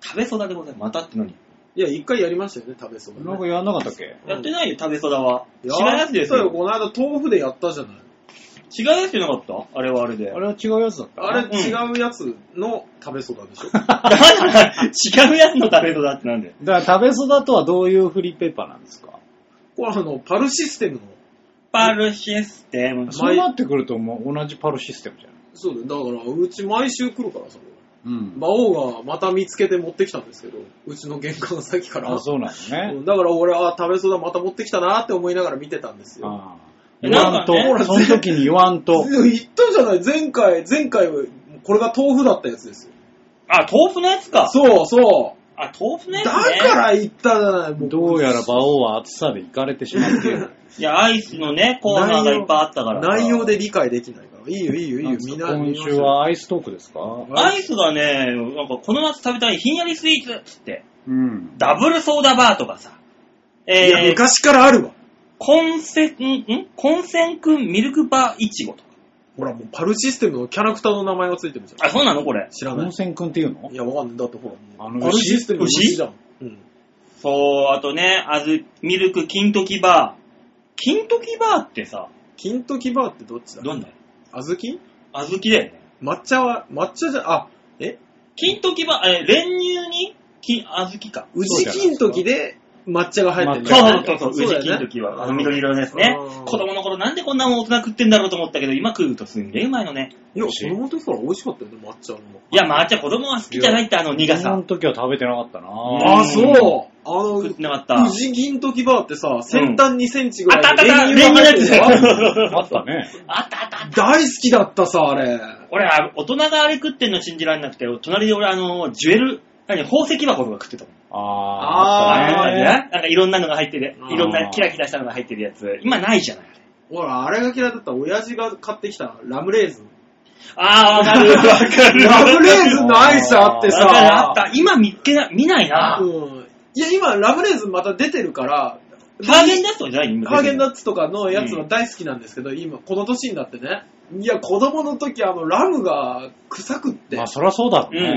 食べそだでございます。またって何い
いや、一回やりましたよね、食べそば、
なん
ね。
かやんなかったっけ
やってないよ、食べそだは。違うやつです
そうよ、
よ。
この間豆腐でやったじゃない。
違うやつじゃなかったあれはあれで。
あれは違うやつだった。
あれ、
うん
違うやつの食べそばでしょ。
違うやつの食べそだってなんだよ。
だから食べそだとはどういうフリーペーパーなんですか
これあの、パルシステムの。
パルシステム。
そうなってくるともう同じパルシステムじゃない
そうだよ、だから、うち毎週来るからさ、
うん。
魔王がまた見つけて持ってきたんですけど、うちの玄関先から。
あ、そうなの
う
ね。
んだから俺、あ、食べそばまた持ってきたなって思いながら見てたんですよ。
ああ
え
言わんと、
なん
か ね
その時に言わんと。
でも言ったじゃない、前回、前回は、これが豆腐だったやつですよ。
あ、豆腐のやつか。
そうそ
あ、豆腐
う。
のや
だ
つね。
から言ったじゃない、も
どうやら馬王は暑さで行かれてしまっている。
いや、アイスのね、コーナーがいっぱいあったから。
内容。で理解できないから。いいよ、いいよ、いい
なん
よ
で、す
みん
か
な。
今週はアイストークですか
アイスがね、なんかこの夏食べたいひんやりスイーツっつって、
うん。
ダブルソーダバーとかさ、
いや、
えー、
昔からあるわ。
コンセン、んコンセン君ミルクバーイチゴとか。
ほら、もうパルシステムのキャラクターの名前がついてるじゃ
あ、そうなのこれ
ん。。知らな
温
い。
泉くんっていうの
いや、わかんない。だってほら、
あの牛
パルシステムの牛じゃん。うん。
そう、あとね、あず、ミルク金時バー。金時バーってさ、
金時バーってどっちだ
どんな
小豆
あずきだよね。
抹茶は、抹茶じゃ、あ、え
金時バー、えー、練乳に、き、あずきか。
宇治金時で抹茶が入ってる
そ
そう
じゃ
そ
な
うそうそう、
だ
宇
よ
治
ね
金時は、あの緑色のですね
うん。
子供の頃なんでこんなもん大人食ってんだろうと思ったけど、今食うとすんげえうまいのね。
いや、子供の時から美味しかったよね、抹茶の。
いや、まあ、じゃあ子供は好きじゃないって、あの苦
そ
さ
の。時は食べてなかったな
うん
あ、そう。あの、
食って
宇
なかった。あ
治銀時バーってさ、先端2センチぐらい
ったあったあった、練乳の
練乳が
や
入っ
つ
て
だ
る
よ。
あったね。
あったあったあった。
大好きだったさ、あれ。
俺、あ大人があれ食ってんの信じられなくて、隣で俺、あの、ジュエル、何、宝石箱とか食ってたもん。
あ
あ
あ、
ー
あった
れ
ね。
なんかいろんなのが入ってる
あ、ー
いろんなキラキラしたのが入ってるやつ。今ないじゃない。
ほら、あれが嫌いだった親父が買ってきたラムレーズン。
あー、わかるわかる。
ラムレーズンのアイスあって
わかる、あ
さ
っ、た。今見っけな、見ないな。
うん。いや、今、ラムレーズンまた出てるから、
ハーゲンダッツとかじゃない
ハーゲンダ
ッツ。
ッツとかのやつは大好きなんですけど、今、この年になってね。いや、子供の時、あの、ラムが臭くって。
まあ、そりゃそうだろう
う
ね。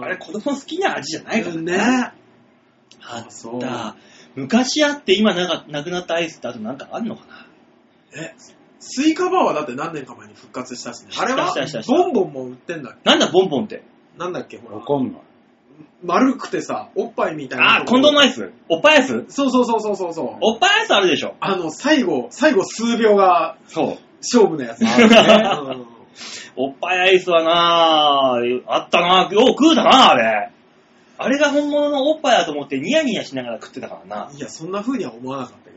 ん。あれ、子供好きな味じゃないから
うんね。
あ
そ
っ
う
た。昔あって今なんかなくなったアイスってあとなんかあんのかな
え、スイカバーはだって何年か前に復活したしね。あれは
したしたし、た
ボンボンも売ってんだっ
なんだボンボンって。
けなんだっけほ
わ
ら。
かんない。
丸くてさ、おっぱいみたいな。
あー、コンドームアイスおっぱいアイス
そうそうそうそうそうそう。
おっぱいアイスあるでしょ
あの、最後、最後数秒が
そう。
勝負のやつ。
ある
ね
うん
おっぱいアイスはなぁ、あったなぁ、よう食うだなぁ、あれ。あれが本物のおっぱいだと思ってニヤニヤしながら食ってたからな。
いや、そんな風には思わなかったけど。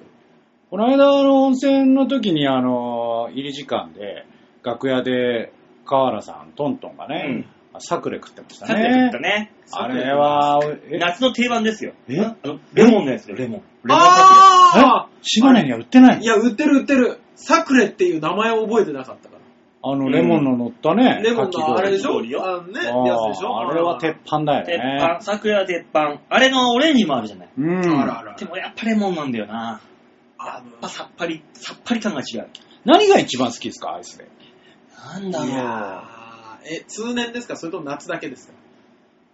この間の温泉の時に、あの、入り時間で、楽屋で、河原さん、トントンがね、サクレ食ってました
さて食
ね
った。ね。
あれは、え、
夏の定番ですよ。
え
あの、レモンのやつよ、レモン。レモンサ
あ
え島根には売ってな
あい
い
や、売ってる売ってる。サクレっていう名前を覚えてなかったか
あの、レモンの乗ったね
ら。。レモンのあれでし
かき
ょ
氷よ
あのね、
あ
やつでしょ
ああれは鉄板だよ
クレ鉄
ね。
板、桜は鉄板。あれのオレンジもあるじゃない。
う
あらあ
ん。
ら
で。もやっぱレモンなんだよな。
あ
やっぱさっぱり、さっぱり感が違う。
何が一番好きですか、アイスで。
なんだ
い
ろう。
やーえ、通年ですかそれとも夏だけですか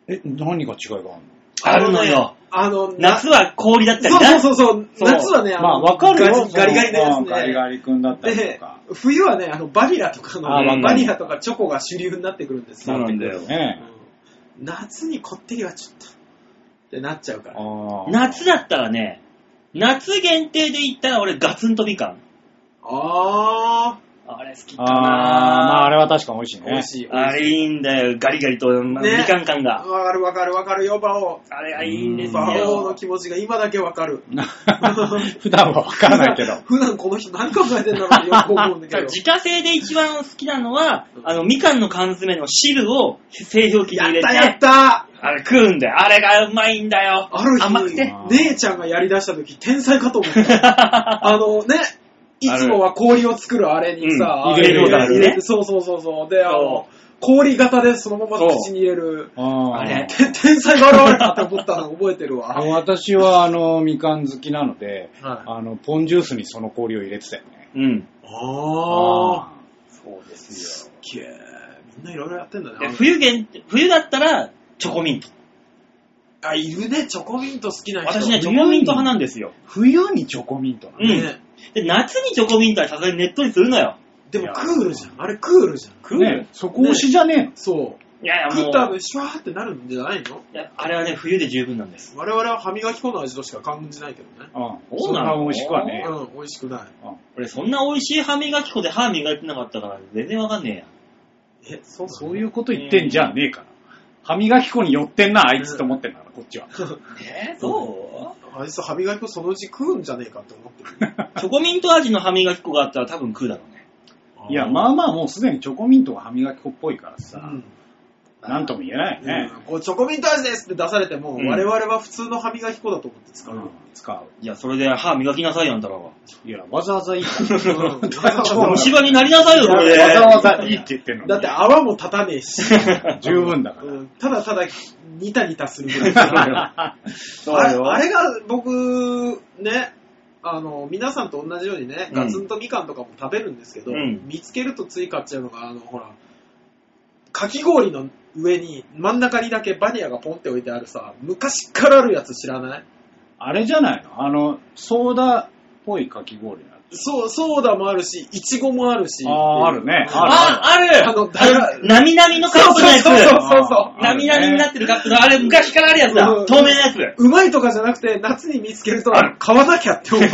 え、何が違いがあるの
あるのよ。
あのね、あの、
夏は氷だったりな。
なそうそうそうそ
そ
う、
う
夏はね、あの
まあ、わかるよ。
ガリガリガリのや
う
つ
ん
ね。
ガリガリ君だったりと
で
か。、
冬はね、あの、バニラとかの
あ
わか、る
バニラとかチョコが主流になってくるんです
そう
よ。
なんだよ。
ね
うん夏にこってりはちょっと、ってなっちゃうから。
あー
夏だったらね、夏限定で言ったら俺ガツンとみかん。
あ
あれ好きだ
あー、
な
まああれは確かに美味しいね。
美味しい。
あれいいんだよ。ガリガリと、まあ
ね
みかん感が。
わかるわかるわかるよ、バオ。
あれがいいんです
バオの
よ。
気持ちが今だけわかる。
普段はわからない けど。
普段この人何考えてんだろうってよく 思うんだけど。
自家製で一番好きなのは、あの、みかんの缶詰の汁を製氷機に
やっ
入れて、
たやった
あれ食うんだよ。あれがうまいんだよ。
ある日、
甘く て。
姉ちゃんがやり出した時、天才かと思った。あのね、いつもは氷を作るあれにさ、
うん
あれ
入れるようになるね
入れてそうそうそうそう。で、あの
そ、
氷型でそのまま口に入れる。
あ
あれ
ー
て 天才が現れたって思ったの覚えてる
あ
わ。
の私はあの、みかん好きなので、
はい
あの、ポンジュースにその氷を入れてたよね。
うん。
ああ。
そうですよ。
すっげえ。みんないろいろやってんだね。
で冬限定、冬だったら、チョコミント。
あ、いるね、チョコミント好きな人。
私ね、チョコミント派なんですよ。
冬にチョコミントなの
うん
ね
で、夏にチョコミントはさすがにねっとりするのよ。
でもクールじゃん。あれクールじゃん。
食う
ねそこ推しじゃねえの。
そう。
いやいや、も
食
う
った後、シュワーってなるんじゃない
い
の
やあれはね、冬で十分なんです。
我々は歯磨き粉の味としか感じないけどね。
うん。
そ
そ
うんなの
な美味しくはねえよ。
うん、美味しくない。
俺、そんな美味しい歯磨き粉で歯磨いてなかったから、全然わかんね
え、そ
そういうこと言ってんじゃねえから。歯磨き粉に寄ってんな、あいつと思ってんだから、こっちは。
えや。えそ
あいつ歯磨き粉そのうち食うんじゃねえかって思ってる。
うチョコミント味の歯磨き粉があったら多分食うだろうね。
いや、まあまあもうすでにチョコミントが歯磨き粉っぽいから
う
さ、
ん
なんとも言えないよね。
うんこうチョコミント味ですって出されても、
うん
我々は普通の歯磨き粉だと思って使う。
う
うん
ん使
いや、それで歯磨きなさいよ、あんたらは。
う。いや、わざわざいいから。
だ
虫歯になりなさいよ、それで。
わざわざいいって言ってんの
って
に。
泡も立たねえし、
十分だか
うんただただニタニタするぐらいです から
ら。
そう
あれ
よ。
あれが僕、ね、あの、皆さんと同じようにね、ガツンとみかんとかも食べるんですけど、
うん
見つけるとつい買っちゃうのが、あの、ほら、かき氷の上に真ん中にだけバニラがポンって置いてあるさ、昔からあるやつ知らない
あれじゃないのあの、ソーダっぽいかき氷のや
そう、ソーダもあるし、いちごもあるし。
つ。ああ、あるね。
あ
ある。。
あ、ある
あのだ
あの、なみなみのカップのやつ
そう。そうそう
なみなみになっててるカップの、あれ昔からあるやつだ
う。ん
透明なやつ。
うまいとかじゃなくて、夏に見つけると
ある
買わなきゃ って思う。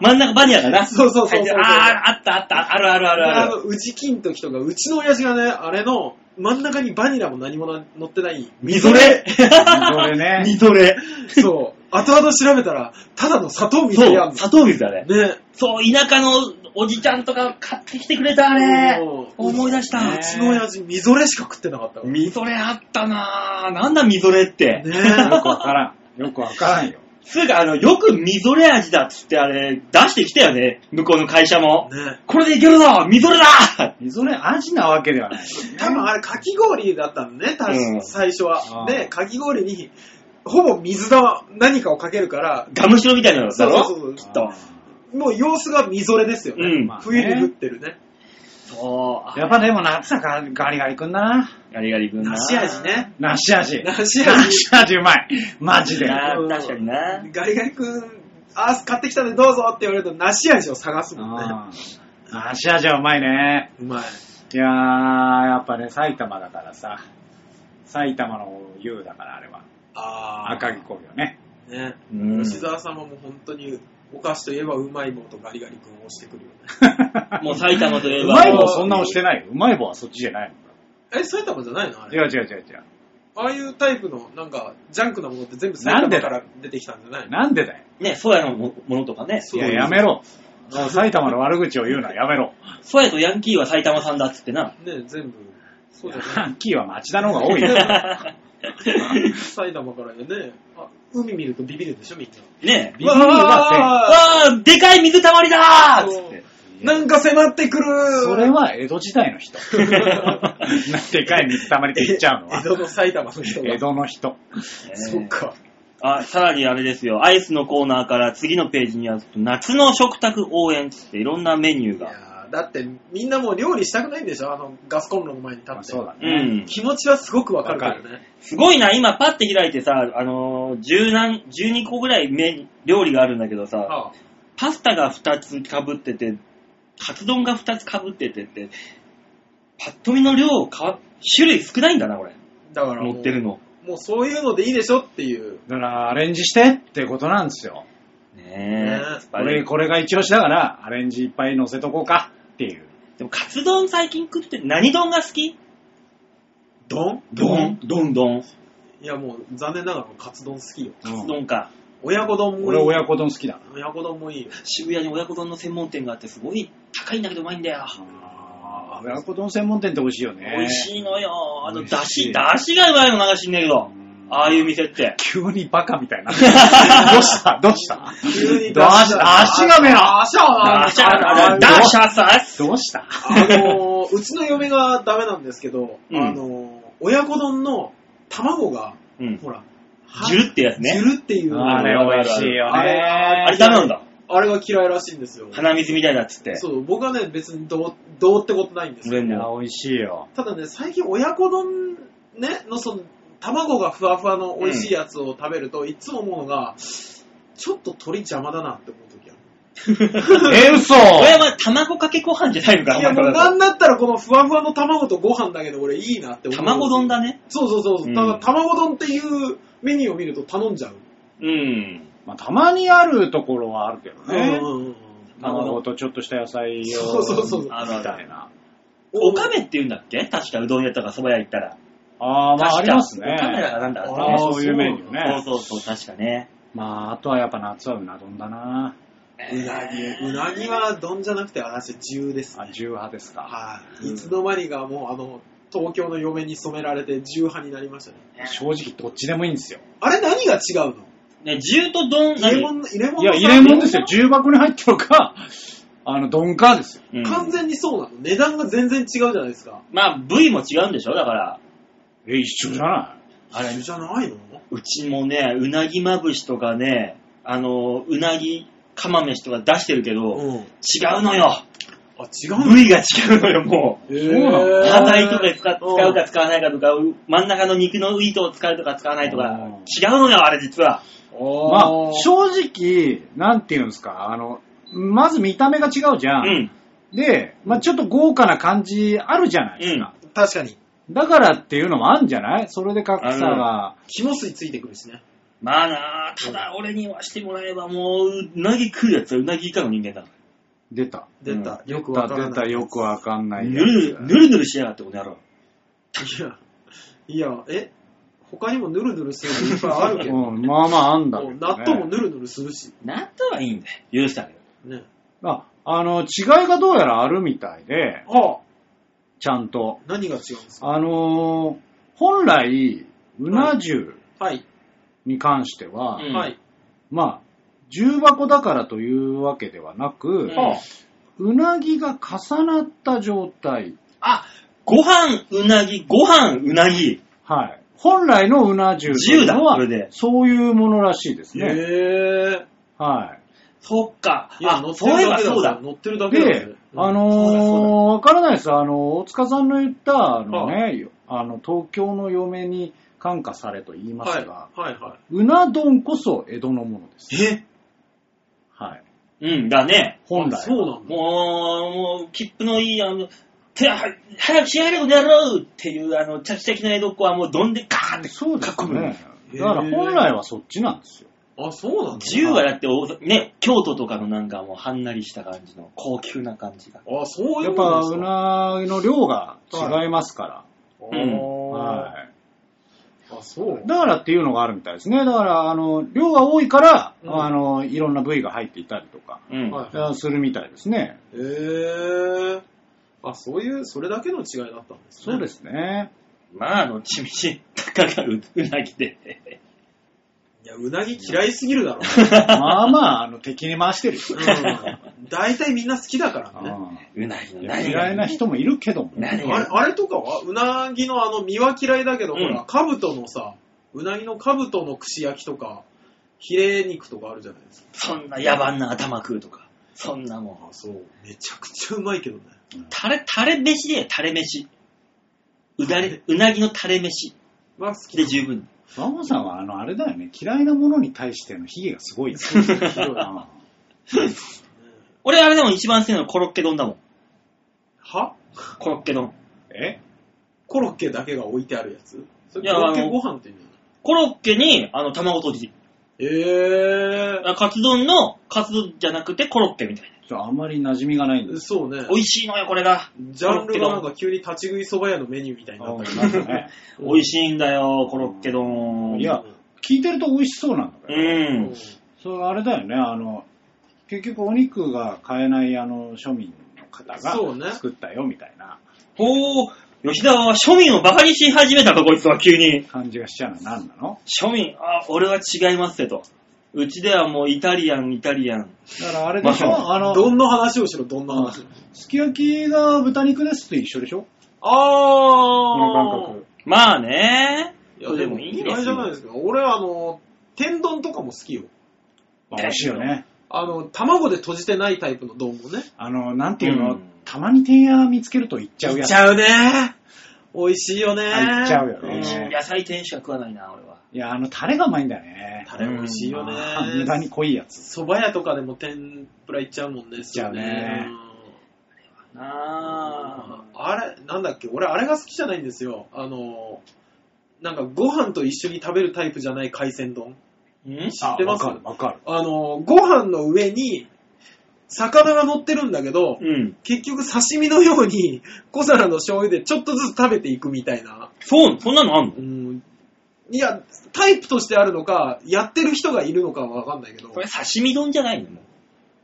真ん中バニラだな。
そうそうそうそう
入ってるあー、あったあった。あるあるあるあ
あ
る。
の、うじきん時とか、うちの親父がね、あれの、真ん中にバニラも何もな乗ってない、
みぞれ
それね。
みぞれ。
そう。後々調べたら、ただの砂糖水
そ
でやん
う、砂糖水だね。
ね。
そう、田舎のおじちゃんとか買ってきてくれたあれ。
うん
思い出した。
うちの親父、みぞれしか食ってなかったから
みぞれあったなぁ。なんだみぞれって。
よ
ね
くわからん。よくわからんよ。
つうか、あの、よくみぞれ味だっつってあれ、出してきたよね。向こうの会社も。
ね
これでいけるぞみぞれだ
それ味なわけではない。
多分あれ、かき氷だったのね、
う
た
ん
最初は。
あー
で、かき氷に、ほぼ水だ、何かをかけるから、
ガムシロみたいなのだろ
そうそう
き
そ
っと。
うもう様子がみぞれですよ
う
ね。
ん。
まあね
冬に降ってるね。
そう。
やっぱでも夏だからガリガリくんだな。
ガリガリ君な。
梨味ね。
梨味。
梨味。
梨味うまい。マジで。
な
うん
確かにな。
ガリガリ君、あー、買ってきたんでどうぞって言われると、梨味を探すもんね。
あー梨味はうまいね。
うまい。
いやー、やっぱね、埼玉だからさ。埼玉の優だから、あれは。
あー
赤木氷はね。
ね。
うん
吉沢様も本当にお菓子といえばうまい棒とガリガリ君を押してくるよね。
もう埼玉といえ
う
ば。
まい棒そんな押してないよ。うまい棒はそっちじゃない
え、埼玉じゃないのあ
の。違
れ。
う違う違う違う。
ああいうタイプのなんかジャンクなものって全部埼
なん
玉
で
から出てきたんじゃないの
なんでだよ。
ね、ソヤのもものとかね。
い
そう
や、やめろ。もう埼玉の悪口を言うのはやめろ。
ソヤとヤンキーは埼玉さんだっつってな。
ね、全部。そうじゃ
ヤ
な
ンキーは町田の方が 多いよ。
い。埼玉からやね。あ、海見るとビビるでしょ、みんな。
ね
ビビりは
わ
わー、でかい水たまりだーっつって。
せ
ー なんか迫ってくる
それは江戸時代の人。なんでかい水たまりって言っちゃうの
江
は。
戸の埼玉の人が。
江戸の人。
そっか。
あ、さらにあれですよ、アイスのコーナーから次のページにあると、夏の食卓応援っつっていろんなメニュー
いや
が。
ーだってみんなもう料理したくないんでしょあのガスコンロの前に立って。
まあそうだ
う
ね。
ん。
気持ちはすごくわかるから
わか
ね。
すごいな、今パッて開いてさ、あのー、十何、12個ぐらいメ料理があるんだけどさ、
ああ
パスタが2つかぶってて、カツ丼が2つかぶっててって、パッと見の量かわ、種類少ないんだな、これ。
だからもう
持ってるの。
もうそういうのでいいでしょっていう。
だから、アレンジしてってことなんですよ。
ね
ね
え。
これ、これが一押しだから、アレンジいっぱい乗せとこうかっていう。
でも、カツ丼最近食って、何丼が好き
どん
丼丼丼。
いやもう残念ながらカツ丼好きよ。
カツ丼か。
親子丼もい
俺
い。
親子丼好きだ。
親子丼もいいよ。
渋谷に親子丼の専門店があって、すごい高いんだけどうまいんだよ。
あー親子丼専門店って美味しいよね。
美味しいのよ。あの、
美
だ
味し
し、
い
だしがうまいのなんか知んねえけど。ああいう店って。
急にバカみたいな。どうしたどうした
急に
どうした足が目
あ
が
足が
だ
足
しゃ、
ー
だしゃさ。
どうした
あのーうちの嫁がダメなんですけど、
うん
あのー親子丼の卵が、
うん。
ほら、
ジュルってやつ
ジ
ね。
ュルっていう、
あれ美味しいよ
あれ
あ
ね
れ。ダメなんだ。
あれが嫌いらしいんですよ。
鼻水みたいだっつって。
そう、僕はね、別にどう、どうってことないんです
俺
よ。
いや
も。
美味しいよ。
ただね、最近親子丼、ね、のその、卵がふわふわの美味しいやつを食べると、いつも思うのが、ちょっと鳥邪魔だなって思う時ある。
え、嘘
これは卵かけご飯じゃないのか。
いや、もうなんだったらこのふわふわの卵とご飯だけど俺いいなって思う。
卵丼だね。
そうそうそう。
うん
だから卵丼っていうメニューを見ると頼んじゃう。
うん。
まあ、たまにあるところはあるけどね
う。んうんうん
卵とちょっとした野菜を。
そうそうそう
みたいな。
おかめって言うんだっけ確かうどん屋とか蕎麦屋行ったら。
ああ、ま
確
あ
か
ありますね
お。かめだかなんだか
あ
ね
ーそういうメニューね。
そうそうそう、確かね。
まあ、あとはやっぱ夏はうな丼だな。
うなぎ、うなぎは丼じゃなくて私、重です
あ、
ね。
重派ですか。
はい。いつの間にかもうあの、東京の嫁に染められて重派になりましたね。
正直どっちでもいいんですよ。
あれ何が違うの
ね、重と丼、
入れ
何
物、入れ物
いや、入れ物ですよ。重箱に入ってるか、 あの、丼かですよ。
うん
完全にそうなの。値段が全然違うじゃないですか。
まあ、部位も違うんでしょだから。
え、一緒じゃない
あれ
重じゃないの
うちもね、うなぎまぶしとかね、あの、うなぎ釜飯とか出してるけど、
うん。
違うのよ。
あ、違うの
部位が違うのよ、もう。
そう
なの
端材とか使う使うか使わないかとか、う真ん中の肉の糸を使うとか使わないと
う
か
ん、
違うのよ、あれ実は。
まあ
ま、
正直、なんていうんですか、あの、まず見た目が違うじゃ。
うんん。
で、まあ、ちょっと豪華な感じあるじゃないですか。
確かに。
だからっていうのもあるんじゃないそれで格差が。
肝水ついてくるしね。
まあなあ、ただ俺にはしてもらえばもう、うなぎ食うやつはうなぎ以下の人間だ。
出た。
出た。よく
出
わ
た、
からない。
出た、よくわかんな
ぬ
いや
る
つ。
ぬるぬるしやがって、この野郎。
いや、いや、え他にもヌルヌルするのいっぱいあるけど、も
うん、まあまああんだけど
う
ね。
納豆もヌルヌルするし。
納豆はいいんだよ。許してあげる。
ね。
あ、あの、違いがどうやらあるみたいで、
ああ
ちゃんと。
何が違うんですか
あのー本来、うな重
はい。
に関しては、
うん
はい。
まあ、重箱だからというわけではなく、
うん
うなぎが重なった状態、
あ、ご飯うなぎ、ご飯うなぎ。
はい。本来のうな重というのは
自由だそれで
そういうものらしいです
へ
ね。
え。
はい。
そっか。
いや、
あ
乗、ってる
そういえ
だ
ば
けだ
そうだ。
乗ってるだけだ
で
ぜ、
そうだそ
あ
うだ
のーわからないです。あの、大塚さんの言った、あのね、あの、東京の嫁に感化されと言いま
は
す
い。
が、
はい、は
うな丼こそ江戸のものです。
い。え
はい。
うん、だね。
本来は。
そうな
も
んだ。
う、もう、切符のいい、あの、手は早く仕上げることやろうっていう、あの、チャキチャキの江戸っ子はもう、どんでガーンって。
そうですね。
へー
だから本来はそっちなんですよ。
あ、そうなんだ。
銃はだって大阪、ね、京都とかのなんかもう、はんなりした感じの、高級な感じが。
あ、そうい
や
う
っ
も
ぱ
んです
う
か
なぎの量が違いますか
うん
ら。
あ
はい。
ーあ、そう。
だからっていうのがあるみたいですね。だから、あの、量が多いから、
うん
あの、いろんな部位が入っていたりとか、
うん。
はい
あするみたいですね。
へえ。あ、そういう、それだけの違いだったんですね。
そうで すね。
まあ、後々、たかがううなぎで。
いや、うなぎ嫌いすぎるだろ。
まあまあ、あの、敵に回してるよ。
うん大体みんな好きだからね。
う
うなぎの
ん
何が
嫌いな人もいるけども。
何
あれ
が
あれとかはうなぎのあの身は嫌いだけど、
うん
ほら、兜のさ、うなぎの兜の串焼きとか、ヒレ肉とかあるじゃないですか。
そんな野蛮な頭食うとか。そんなもん。
そう。めちゃくちゃうまいけどね。
タレ、タレ飯でよ、タレ飯。うだれ、うなぎのタレ飯
まあ好き
で
で
十分。
マモさんは、あの、あれだよね。嫌いなものに対してのヒゲがすごいです
そうそうひどい
うん
俺、あれでも一番好きなのコロッケ丼だもん。
は
コロッケ丼。
え
コロッケだけが置いてあるやつそ
い
れ
や
コロッ
あ
ケ
の
ご飯っていうの
コロッケに、あの、卵とじ。
ええ
あカツ丼の、カツ丼じゃなくてコロッケみたい
ちょあんまり馴染みがないんです。
そうね
な。。美味しいのよ、これが。
ジャンルがなんか急に立ち食い蕎麦屋のメニューみたいになったけど。
美味しいんだよ、コロッケ丼。
いや、聞いてると美味しそうなんだけ
う
ど、
ん。
それあれだよね、あの、結局お肉が買えないあの庶民の方
そうね
が作ったよみたいな
ほう、吉田は庶民をバカにし始めたか、こいつは急に。
感じがしちゃうのは何なの
庶民、あ、俺は違いますよと。うちではもうイタリアン、イタリアン。
だからあれでしょ、
ま
あ、の、
どんな話をしろ、どんな話。
すき焼きが豚肉ですと一緒でしょ
あー。
この感覚。
まあね。
いや、でも
い
い
い
い
ですよ
嫌いじゃないですか。俺、あの、天丼とかも好きよ。
まあ美味しいよね。
あの、卵で閉じてないタイプの丼もね。
あの、なんていうの、
うん
たまに天屋見つけると行っちゃう
い
や
っ
つ。
ちゃうね。美味しいよね。
あいっちゃうよ
うん
ね
野菜天しか食わないな、俺は。
いや、あの、タレがうまいんだよね。
タレ美味しいよね
あー無駄に。濃いやつ。
蕎麦屋とかでも天ぷらいっちゃうもんね。いっ
ちゃうね
なあ。
あれ、なんだっけ、俺あれが好きじゃないんですよ。あの、なんかご飯と一緒に食べるタイプじゃない海鮮丼。
ん
知ってます
あわかる、わかる。
あの、ご飯の上に、魚が乗ってるんだけど、
うん。
結局刺身のように小皿の醤油でちょっとずつ食べていくみたいな。
そう、そんなのあんの
うん。いや、タイプとしてあるのか、やってる人がいるのかはわかんないけど
こ、れ刺身丼じゃないのも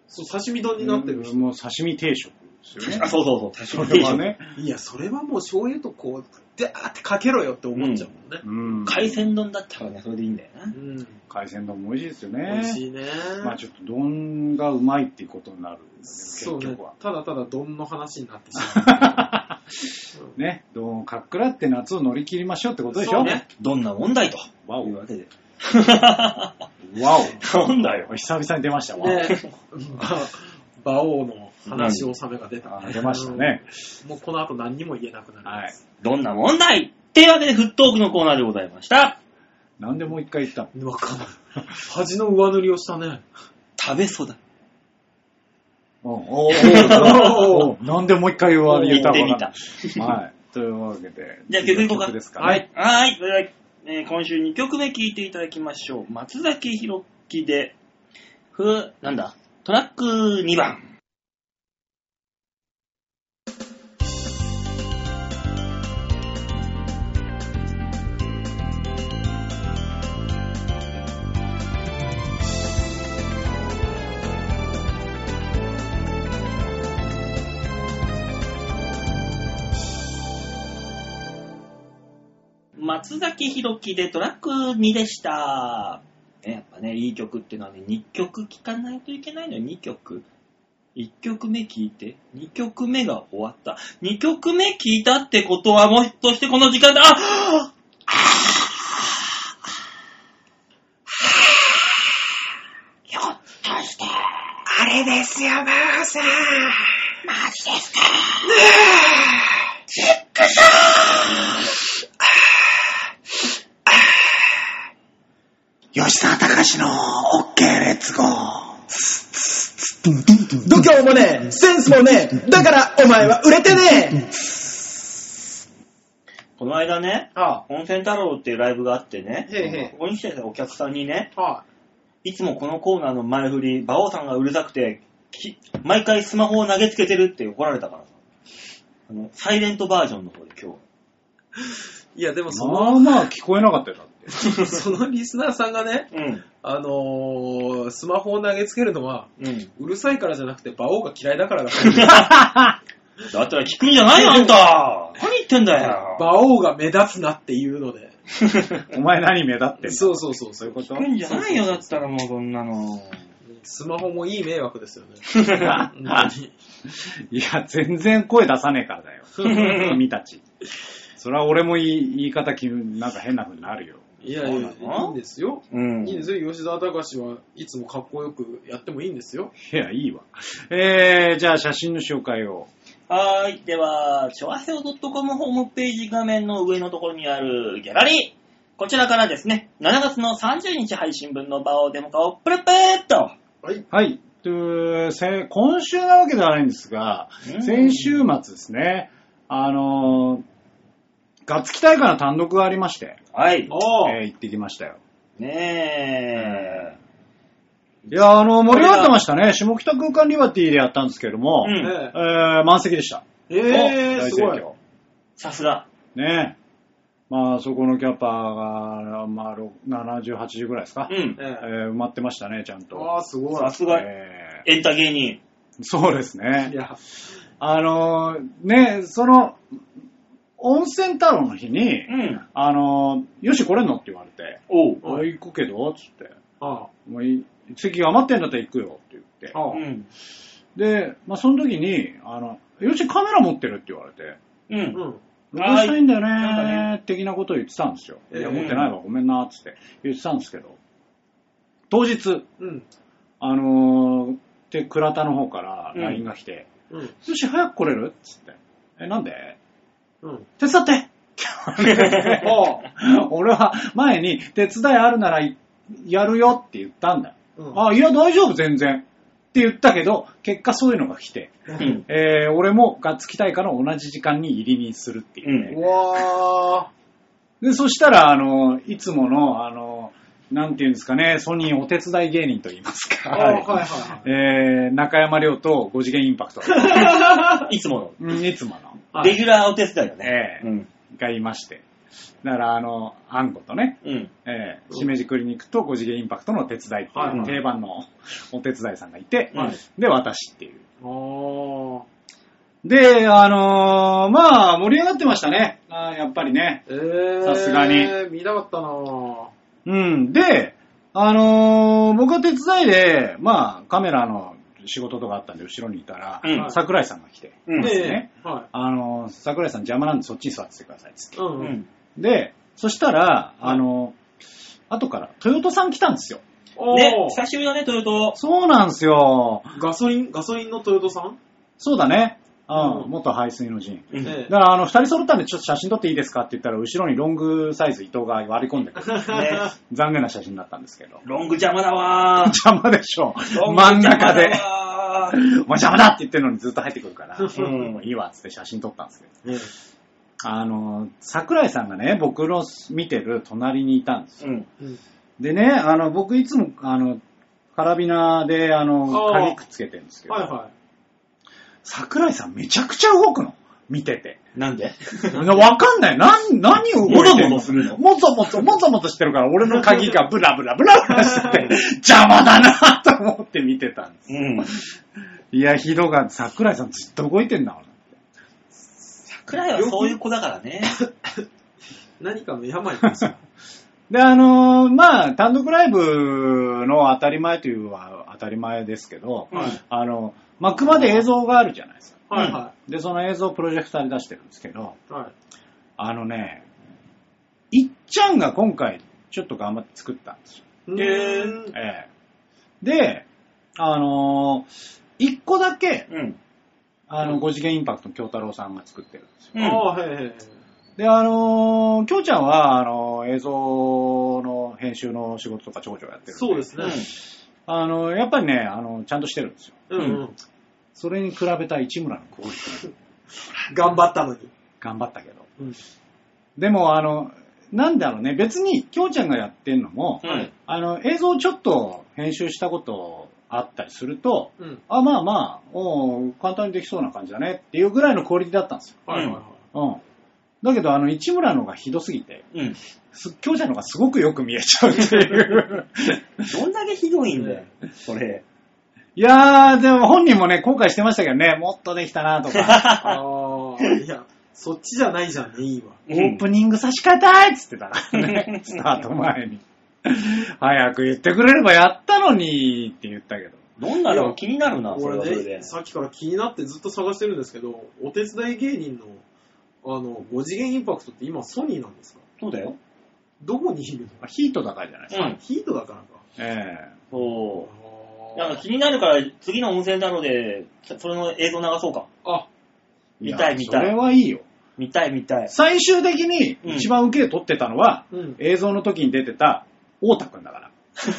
そう刺身丼になってる人。
もう刺身定食です
う
よね
あ、。そうそうそ。
そうれは。ね。
いや、それはもう醤油とこう、でーってかけろよって思っちゃうもんね。
うん。
海鮮丼だったらね、それでいいんだよな。
うん。
海鮮丼も美味しいですよ
美
ね。
味しいね。
まあちょっと丼がうまいっていうことになるんだけど、結
そうね
局は。。
ただただ丼の話になってしまう。うん
ね、丼をかっくらって夏を乗り切りましょうってことでし
そ
ょ
うね
どんな問題と。
わお
いうわけで。
わ
なんだよ。
お。久々に出ました わ。
で、 馬王の話納めが出た
あ。出ましたね。
もうこの後何にも言えなくなります。
どんな問題っていうわけで、フットークのコーナーでございました。
なんでもう一回言ったの
わかんない。端の上塗りをしたね。
食べそうだ。
うんおー おーなんでもう一回言われ
言
た
ってみた。
た。はい。というわけで。
じゃあ曲いこうか
次のですかね。
は。い。はい。それでは、えー今週2曲目聴いていただきましょう。松崎弘樹で、ふ、なんだトラック2番。松崎弘樹でトラック2でした。ね、やっぱね、いい曲っていうのはね、2曲聴かないといけないのよ、2曲。1曲目聴いて、2曲目が終わった。2曲目聴いたってことは、もしとしてこの時間で、あはぁひょっとして、
あれですよ、馬王さん。
マジですか
吉沢隆の OK レッツゴー。
度胸もねえ、センスもねえ、だからお前は売れてね
この間ね、
え。あ
温泉太郎っていうライブがあってね、
へいへい
ここに来てたお客さんにね、
あ。はい
つもこのコーナーの前振り、馬王さんがうるさくて、き毎回スマホを投げつけてるって怒られたからさ。あの、サイレントバージョンの方で今日。
い。いや、でもそ
まあ
の、
まあ聞こえなかったよ、だって。
そのリスナーさんがね、
うん。
あのー、スマホを投げつけるのは、
うん。
うるさいからじゃなくて、馬王が嫌いだからだから。
だったら聞くんじゃないよ、あんた何言ってんだ よ
馬王が目立つなっていうので。
お前何目立 ってんの
そうそうそう、
そ
そうういうう
いこ
こと
聞くんじゃないよ、だったらもうそんなの。
と。スマホもいい迷惑ですよね。 本
いや、全然声出さねえから だよ。
当に
君たち。それは俺も言い言い方き、なんか変な風になるよ。
いやいや、
そうなの
いいんですよ。
うん。
いいんですよ。吉沢隆はいつもかっこよくやってもいいんですよ。
いや、いいわ。えー、じゃあ写真の紹介を。
はーい。では、ちょわへお .com ホームページ画面の上のところにあるギャラリー。こちらからですね、7月の30日配信分の場をデモ化をプルプーっと。
はい。
はい。というせ今週なわけではないんですが、
うん
先週末ですね、あのー、ガッツキ大会の単独がありまして、
はい。
ああ、
えー行ってきましたよ。
ね
いや、あの、盛り上がってましたね。下北空間リバティでやったんですけども、
うん
えー満席でした。
ええー、
大
すごい。
盛
え。さすが。
況。ねえ。まあ、そこのキャパが、まあ、ろ70、80ぐらいですか。
う
え
ん。
え
ー埋まってましたね、ちゃん
え
と。
わあ、すごい
さ。すが、
え
エンタ芸人。
ーそうですね
い。や、
あのーね、その、温泉太郎の日に、
うん。
あのーよし来れんのって言われて、
おう。
はい
おい行くけど、つって、
あ
もうい席余ってんだったら行くよって言
あ、ああ、
っ
うん。
て、で、まあ、その時に、あの、よしカメラ持ってるって言われて、
う。
うんん。
録画したいんだよ
なんか
ねー、的なことを言ってたんですよ。い
え
や、
え
持ってないわ、ごめんなー、つって言ってたんですけど、当日、
うん。
あのー、で、倉田の方から
うん
LINE が来て、
うん。
よし、早く来れるっつって。え、なんで
うん。
手伝って俺は前に手伝いあるならやるよって言ったんだ。
うん。
あ、いや大丈夫全然。って言ったけど、結果そういうのが来て、
うん。
えー俺もがっつきたいから同じ時間に入りにするっていううね
ん
うわ
で、そしたら、あの、いつもの、あの、なんていうんですかね、ソニーお手伝い芸人と言います
ー。
か、
ああはいはいはい。
えー中山亮と五次元インパクト、
いつも
うんいつも
の。
の、
はい
レギュラーお手伝いだね。
えー
うん。
がいまして。だから、あの、あんことね、
うん。
え
う
ー、
ん
しめじクリニックと五次元インパクトの手伝いって
はい
い
は
う
い
定番のお手伝いさんがいて、
はい
で、私っていう。
ああ。
で、あのーまあ、盛り上がってましたね。あーやっぱりね。
ええー。
さすがに。
見なかったなぁ。
うん。で、あのー僕は手伝いで、まあ、カメラの仕事とかあったんで、後ろにいたら、
うん
桜井さんが来て、
うん
です
え
ね。
えは
あのー桜井さん邪魔なんでそっちに座っててください、つって
い。。うん。
う
うん。
ん。
で、そしたら、あのー後から、豊田さん来たんですよ。
お
ね、
ー
久しぶりだね、トヨタ。
そうなんですよ。
ガソリン、ガソリンのトヨタさん
そうだね。うん、
うん
元排水の陣。
うん
え
だから、あの、二人揃ったんで、ちょっと写真撮っていいですかって言ったら、後ろにロングサイズ伊藤が割り込ん でくる。
ね、
残念な写真だったんですけど。
ロング邪魔だわー。
邪魔でしょ。
ロング
真ん
邪魔だ
中で。
わ ー。
もう邪魔だって言ってるのにずっと入ってくるから、
うん
もういいわっつって写真撮ったんですけど。
え。ね
あの、桜井さんがね、僕の見てる隣にいたんですよ。
うん。
うん。
でね、あの、僕いつも、あの、カラビナで、あの、
あー
鍵くっつけてるんですけど、
はいは
桜井さんめちゃくちゃ動くの。見てて。
なんで
わかんない。何、何を動いてん
もぞもぞするの
もぞもぞ、もぞもぞしてるから、俺の鍵 がブラブラブラブラしてて、邪魔だなと思って見てたんです。
うん。
いや、ひどかった。桜井さんずっと動いてんだもん。
桜井はそういう子だからね。
い。何かの病なんですよ。
で、あのーまあ、単独ライブの当たり前というは当たり前ですけど、
うん
あの、幕まで映像があるじゃないですか。
はいは
で、その映像をプロジェクターで出してるんですけど、
い。はい。
あのね、いっちゃんが今回ちょっと頑張って作ったんですよ。
う
え
ーん。
ええで、あのー一個だけ、
うん。
あ
う
の、
ん
五次元インパクトの京太郎さんが作ってるんですよ。
うん。
ああ、へえへえ。
で、あのー、京ちゃんは、あのー映像の編集の仕事とかちょこちょこやってるんで。
そうですね。
あの、やっぱりね、あの、ちゃんとしてるんですよ。
うん
う
うん。
それに比べた市村のクオリティ
頑張ったのに。
頑張ったけど。
うん。
でも、あの、なんだろうね、別に、きょうちゃんがやってんのも、
うん。
あの、映像をちょっと編集したことあったりすると、
うん。
あ、まあまあ、おう簡単にできそうな感じだねっていうぐらいのクオリティだったんですよ。
はいはいはい。
うん。だけど、あの、市村のがひどすぎて、
うん。
すきょうちゃんのがすごくよく見えちゃうっていう。
どんだけひどいんだよ、それ。
いやー、でも本人もね、後悔してましたけどね、もっとできたなとか。
ああ、いや、そっちじゃないじゃんね、いいわ。
オープニング差し替えたいっつってたから ね、スタート前に。早く言ってくれればやったのにって言ったけど。
どんなの気になるな、それはそれ
俺
で
ね、。さっきから気になってずっと探してるんですけど、お手伝い芸人の、あの、5次元インパクトって今ソニーなんですか
そうだよ。
どこにいるの
ヒート高いじゃないです
う
か。
ん。
ヒートだからか。
え
そ
あ
う。
ー
なんか気になるから、次の温泉なので、それの映像流そうか。
あ、
え
見たい見たい
やそれはいいよ。
見たい見 たい。
最終的に一番受け取ってたのは、
うん。
映像の時に出てた太田くんだから。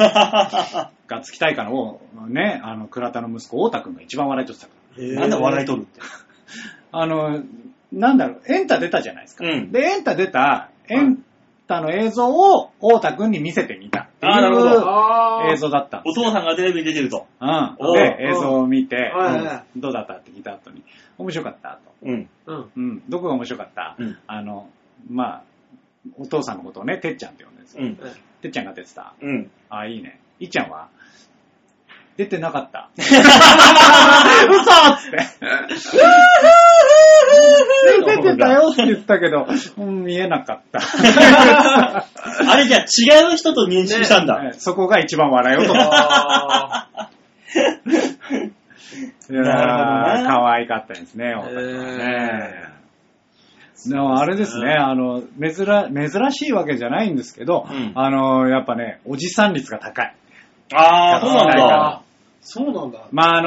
がっつきたいからを、ね、あの、倉田の息子太田くんが一番笑い取ってたか
なんだ笑いと
る
るって。
ら。あの、なんだろう、エンタ出たじゃないですか。
うん
で、エンタ出た、エンたの映像を、大田くんに見せてみたってい
あーなるほ
う
あー
映像だったんで
お父さんがテレビに出てると。
う
お
ん。
う
で、映像を見て、
はいはい
うんどうだったって聞いた後に、面白かったと。
うん。
うん。
うん。どこが面白かった
うん
あの、まあ、お父さんのことをね、てっちゃんって呼んでるんです
う
よ。
ん。
てっちゃんが出てた。
うん。
ああ、いいね。いっちゃんは出てな かった。嘘っつって。出てたよって言ったけど、うん見えなかった。
あれじゃあ違う人と認識したん だ。
そこが一番笑いをと思っ
あ
て。いやー
なるほどね
可愛かったですね、本当にね。でもあれですね、あの、珍、珍しいわけじゃないんですけど、
うん
あの、やっぱね、おじさん率が高い。
ああ、そうなんだ。
あーそうなんだ。
まあ、あ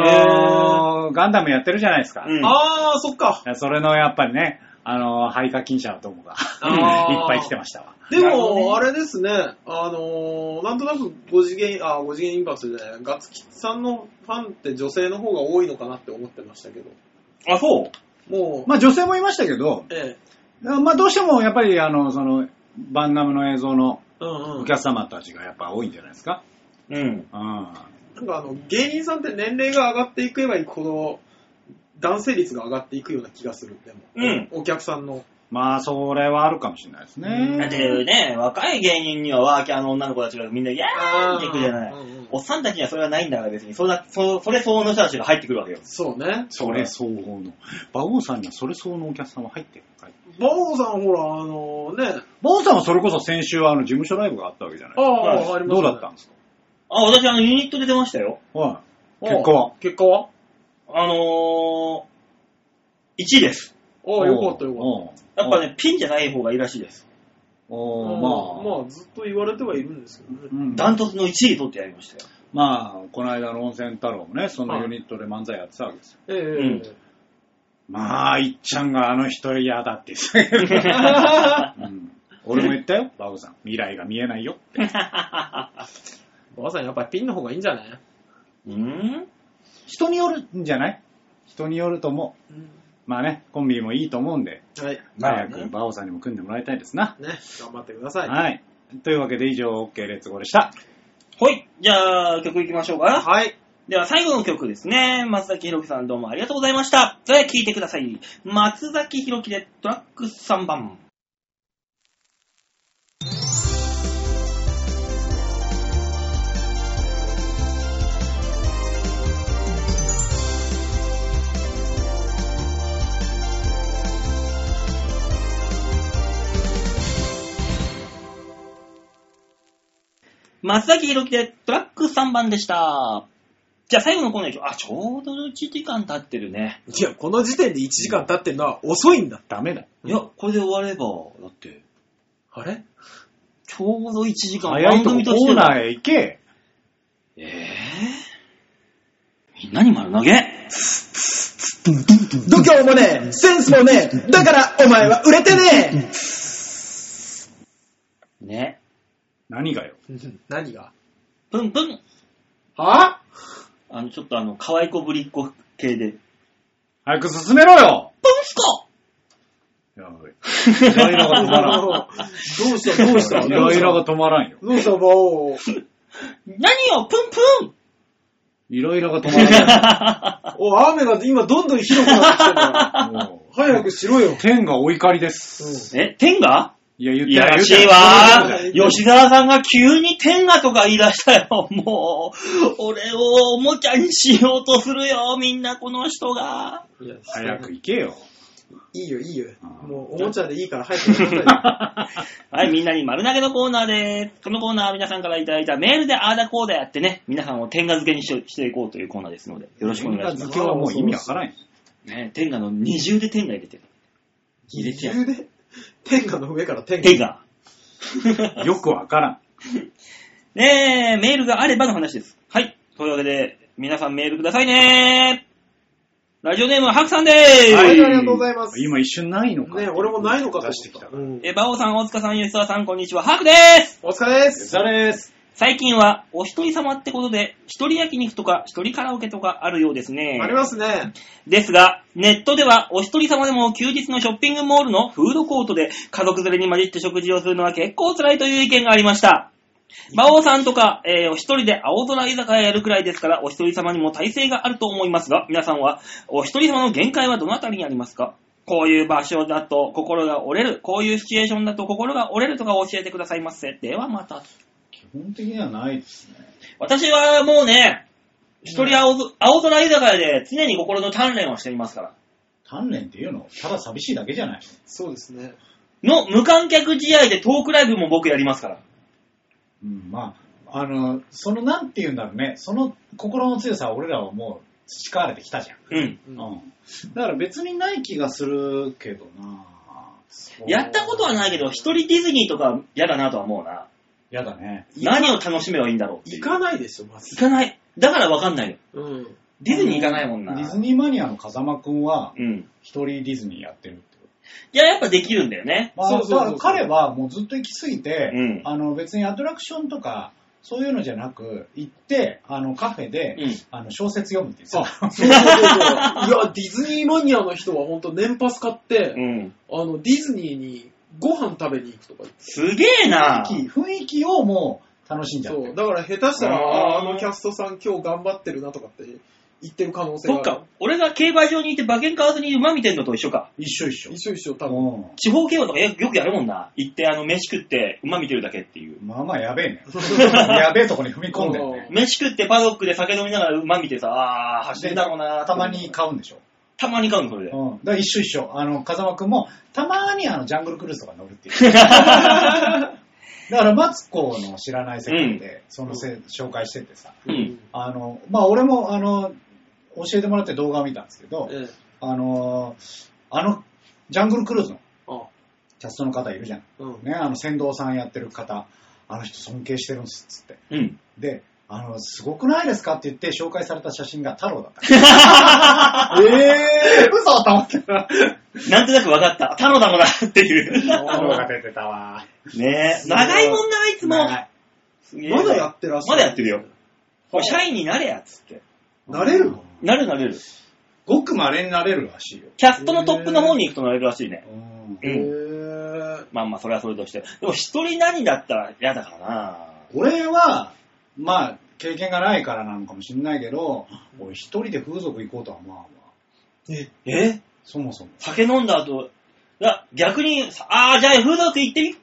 の、ガンダムやってるじゃないですか。
うん
あー、そっか。
いやそれのやっぱりね、あの、肺課金者の友が
あー
いっぱい来てましたわ。
で
なるほどね
も、あれですね、あのー、なんとなく5次元、あー、5次元インパクトじゃない、ガツキさんのファンって女性の方が多いのかなって思ってましたけど、
あ、そう
もう、
まあ女性もいましたけど、
ええ、
まあどうしてもやっぱりあの、その、バンナムの映像の
うんう
お
ん。
客様たちがやっぱ多いんじゃないですか。
うん。
うん。
なんかあの、芸人さんって年齢が上がっていけばいいほど、男性率が上がっていくような気がする。でも、
うん
お客さんの。
まあそれはあるかもしれないです
だっ
ね。
てね、若い芸人にはワーキャーの女の子たちがみんな、やーんっていくじゃない
うんうん。
おっさんたちにはそれはないんだから別に、それだそそれ相応の人たちが入ってくるわけよ。
そうね。
それ相応の。馬王さんにはそれ相応のお客様入ってるのかい
馬王さんほら、あのー、ね、
馬王さんはそれこそ先週あの事務所ライブがあったわけじゃない
あ
で
あ、
はい
あり
すか。
ま
ど
しね
うだったんですか
あ、私あのユニットで出ましたよ。
はい。
おう
結果は
結果は
あのー、1位です。
ああ、よかったよかった。
た
やっぱ。ね、ピンじゃない方がいいらしいです。
おう
うん
まあ。
まあ、ずっと言われてはいるんですけどね。
うん
ダントツの1位取ってやりましたよ。
まあ、この間の温泉太郎もね、そのユニットで漫才やってたわけですよ。
ええ
うん
まあ、いっちゃんがあの人嫌だ って言ってたけどうん俺も言ったよ、バオさん。未来が見えないよって。
馬王さん、やっぱりピンの方がいいんじゃない、
うん
人によるんじゃない人によると思う。まあね、コンビもいいと思うんで、
はい。
まあ
早
ね
くバオさんにも組んでもらいたいですな。
ね、頑張ってください。
はい。というわけで以上、OK レッツゴーでした。
ほい。じゃあ、曲いきましょうか。
はい。
では、最後の曲ですね。松崎弘樹さんどうもありがとうございました。それでは聴いてください。松崎弘樹でトラック3番。松崎弘樹でトラック3番でした。じゃあ最後のコーナー行きまあ、ちょうど1時間経ってるね。
いや、この時点で1時間経ってるのは遅いんだ。
ダメだ。
いや、これで終われば、だって、
あれ
ちょうど1時間
早いとこコーナ
ー
ーへ行け。
えぇ、みんなに丸投げ
度胸もねえ、センスもねえ、だからお前は売れてね
ね。
何がよ。
え何が
プンプン
は
あの、ちょっとあの、可愛い子ぶりっ子系で。プン
早く進めろよ
スコ
やばい。イライラが止ま
あ
らん。
のどうしたどうした
イライラが止まらんよ。
どうした馬王。
何よプンプン
イライラが止まらない。
お、雨が今どんどんひどくなってきてるから。
もう
早くしろよ。
天がお怒りです。
え、天下
いや、言って
いや
ない
ら
言っ
しい
て
わ
ない
ー吉沢さんが急に天下とか言い出したよ。もう、俺をおもちゃにしようとするよ、みんなこの人が。
うんいや
早く行けよ。
いいよ、いいよ。
あー
もうおもちゃでいいから早くやりな さいよ
はい、みんなに丸投げのコーナーです。このコーナーは皆さんからいただいたメールであーだこうだやってね、皆さんを天下付けにしよしていこうというコーナーですので、よろしくお願いし
天
ます。
下付けはもう意味わからんよ。
ね、天下の二重で天下入れてる。入れてやる。
急で天下の上から天下。
天 下。
よくわからん。
ねえ、メールがあればの話です。はい。というわけで、皆さんメールくださいねラジオネームはハクさんでーす。
はいありがとうございます
今一瞬ないのか。
ね俺もないのかと思った
出してきた。
うん
え、バオさん、大塚さん、吉沢さん、こんにちは。ハクです
お疲れです。
ザです。
最近はお一人様ってことで、一人焼肉とか一人カラオケとかあるようですね。
ありますね。
ですが、ネットではお一人様でも休日のショッピングモールのフードコートで家族連れに混じって食事をするのは結構辛いという意見がありました。馬王さんとか、えーお一人で青空居酒屋やるくらいですから、お一人様にも体制があると思いますが、皆さんは、お一人様の限界はどのあたりにありますかこういう場所だと心が折れる、こういうシチュエーションだと心が折れるとか教えてくださいませ。ではまた。
基本的にはないですね。
私はもうね、一人青,、青空居酒屋で常に心の鍛錬をしていますから。
鍛錬っていうのただ寂しいだけじゃない
そうですね。
の無観客試合でトークライブも僕やりますから。
うん、まあ、あの、その、なんて言うんだろうね、その心の強さは俺らはもう培われてきたじゃん。
うん。
う
うんん。だから別にない気がするけどな
やったことはないけど、一人ディズニーとか嫌だなとは思うな。
やだね。
何を楽しめばいいんだろうってい
行
う。
かないでしょ、まず
行。かない。だからわかんないよ。
うん。
ディズニー行かないもん
デ
な。
ィズニーマニアの風間くんは、
うん。
一人ディズニーやってるってこと。
いや、やっぱできるんだよね。
まあ、
そうそうそうそう
だから彼はもうずっと行き過ぎて、
うん
あの別にアトラクションとか、そういうのじゃなく、行って、あの、カフェで、
うん
あの、小説読むって言
あ、
って
そうそうそうそう。 いや、ディズニーマニアの人は本当年パス買って、
うん。
あの、ディズニーにご飯食べに行くとか言って
すげえな
た。雰囲気雰囲気をもう楽しんじゃって
そう。
る。
だから下手したら、
あー
あーあのキャストさん今日頑張ってるなとかって言ってる可能性があ
そっ。
る
か。俺が競馬場にいて馬券買わずに馬見てんのと一緒か。
一緒一緒。
一緒一緒、 多分。
う
地方競馬とかよよくやるもんな。行って、あの、飯食って馬見てるだけっていう。
ん。まあまあやべえね。やべえとこに踏み込んでるね。
飯食ってパドックで酒飲みながら馬見てさ、あー、走ってんだろうな
たまに。買うんでしょ。
たまに買うの、それで。
うん。だから一緒一緒。あの、風間くんも、たまにあの、ジャングルクルーズとか乗るっていう。だから、マツコの知らない世界で、そのせ、紹介しててさ、
うん
あの、まあ、俺も、あの、教えてもらって動画を見たんですけど、
ええ
あの、あの、ジャングルクルーズの
あ
キャストの方いるじゃん。
うん。
ね、あの、船頭さんやってる方、あの人尊敬してるんです、つって。
うん。
で、あの、すごくないですかって言って紹介された写真が太郎だった。 えぇー嘘と思ってた。
なんとなく分かった。タロだろうな、っていう。
太郎が出てたわ。
ねえ。長いもんな、あいつも。
長い
すげえ
まだやってらっしゃ
ま
る。
だやってるよ。おい社員になれや、つって。
なれるの
なるなれる。
ごく稀になれるらしいよ。
キャストのトップの方に行くとなれるらしいね。
うん
うん
へー
まあまあ、それはそれとして。でも、一人何だったら嫌だからな。
俺は、まあ、経験がないからなのかもしれないけど、俺一人で風俗行こうとはまあまあ、
え、
え
そもそも。
酒飲んだ後、いや逆に、ああ、じゃあ風俗行ってみっか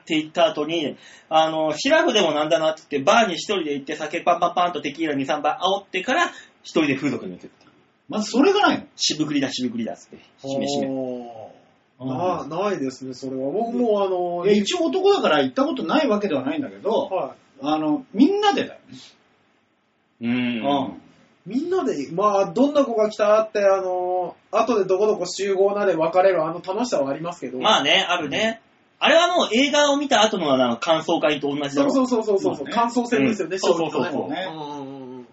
って言った後に、あの、シラフでもなんだなって言って、バーに一人で行って酒パンパンパンとテキーラ2、3杯煽ってから、一人で風俗に行くって。
まずそれがないの。
渋くりだ、渋くりだっつって、しめしめ。
あーあー、ないですね、それは。僕もあの
いや一応男だから行ったことないわけではないんだけど、
は
あの、みんなでだよね。
う。
うん
い。みんなで、まあ、どんな子が来たって、あの、後でどこどこ集合なで別れる、あの楽しさはありますけど。
まあね、あるね。あれはもう映画を見た後のなんか感想会と同じだ
そ
ろ。
うそうそうそうそう、
まあね
感想戦ですよね、
うん
正直
そうそう
そう
ね
ね
うんうんうんうん。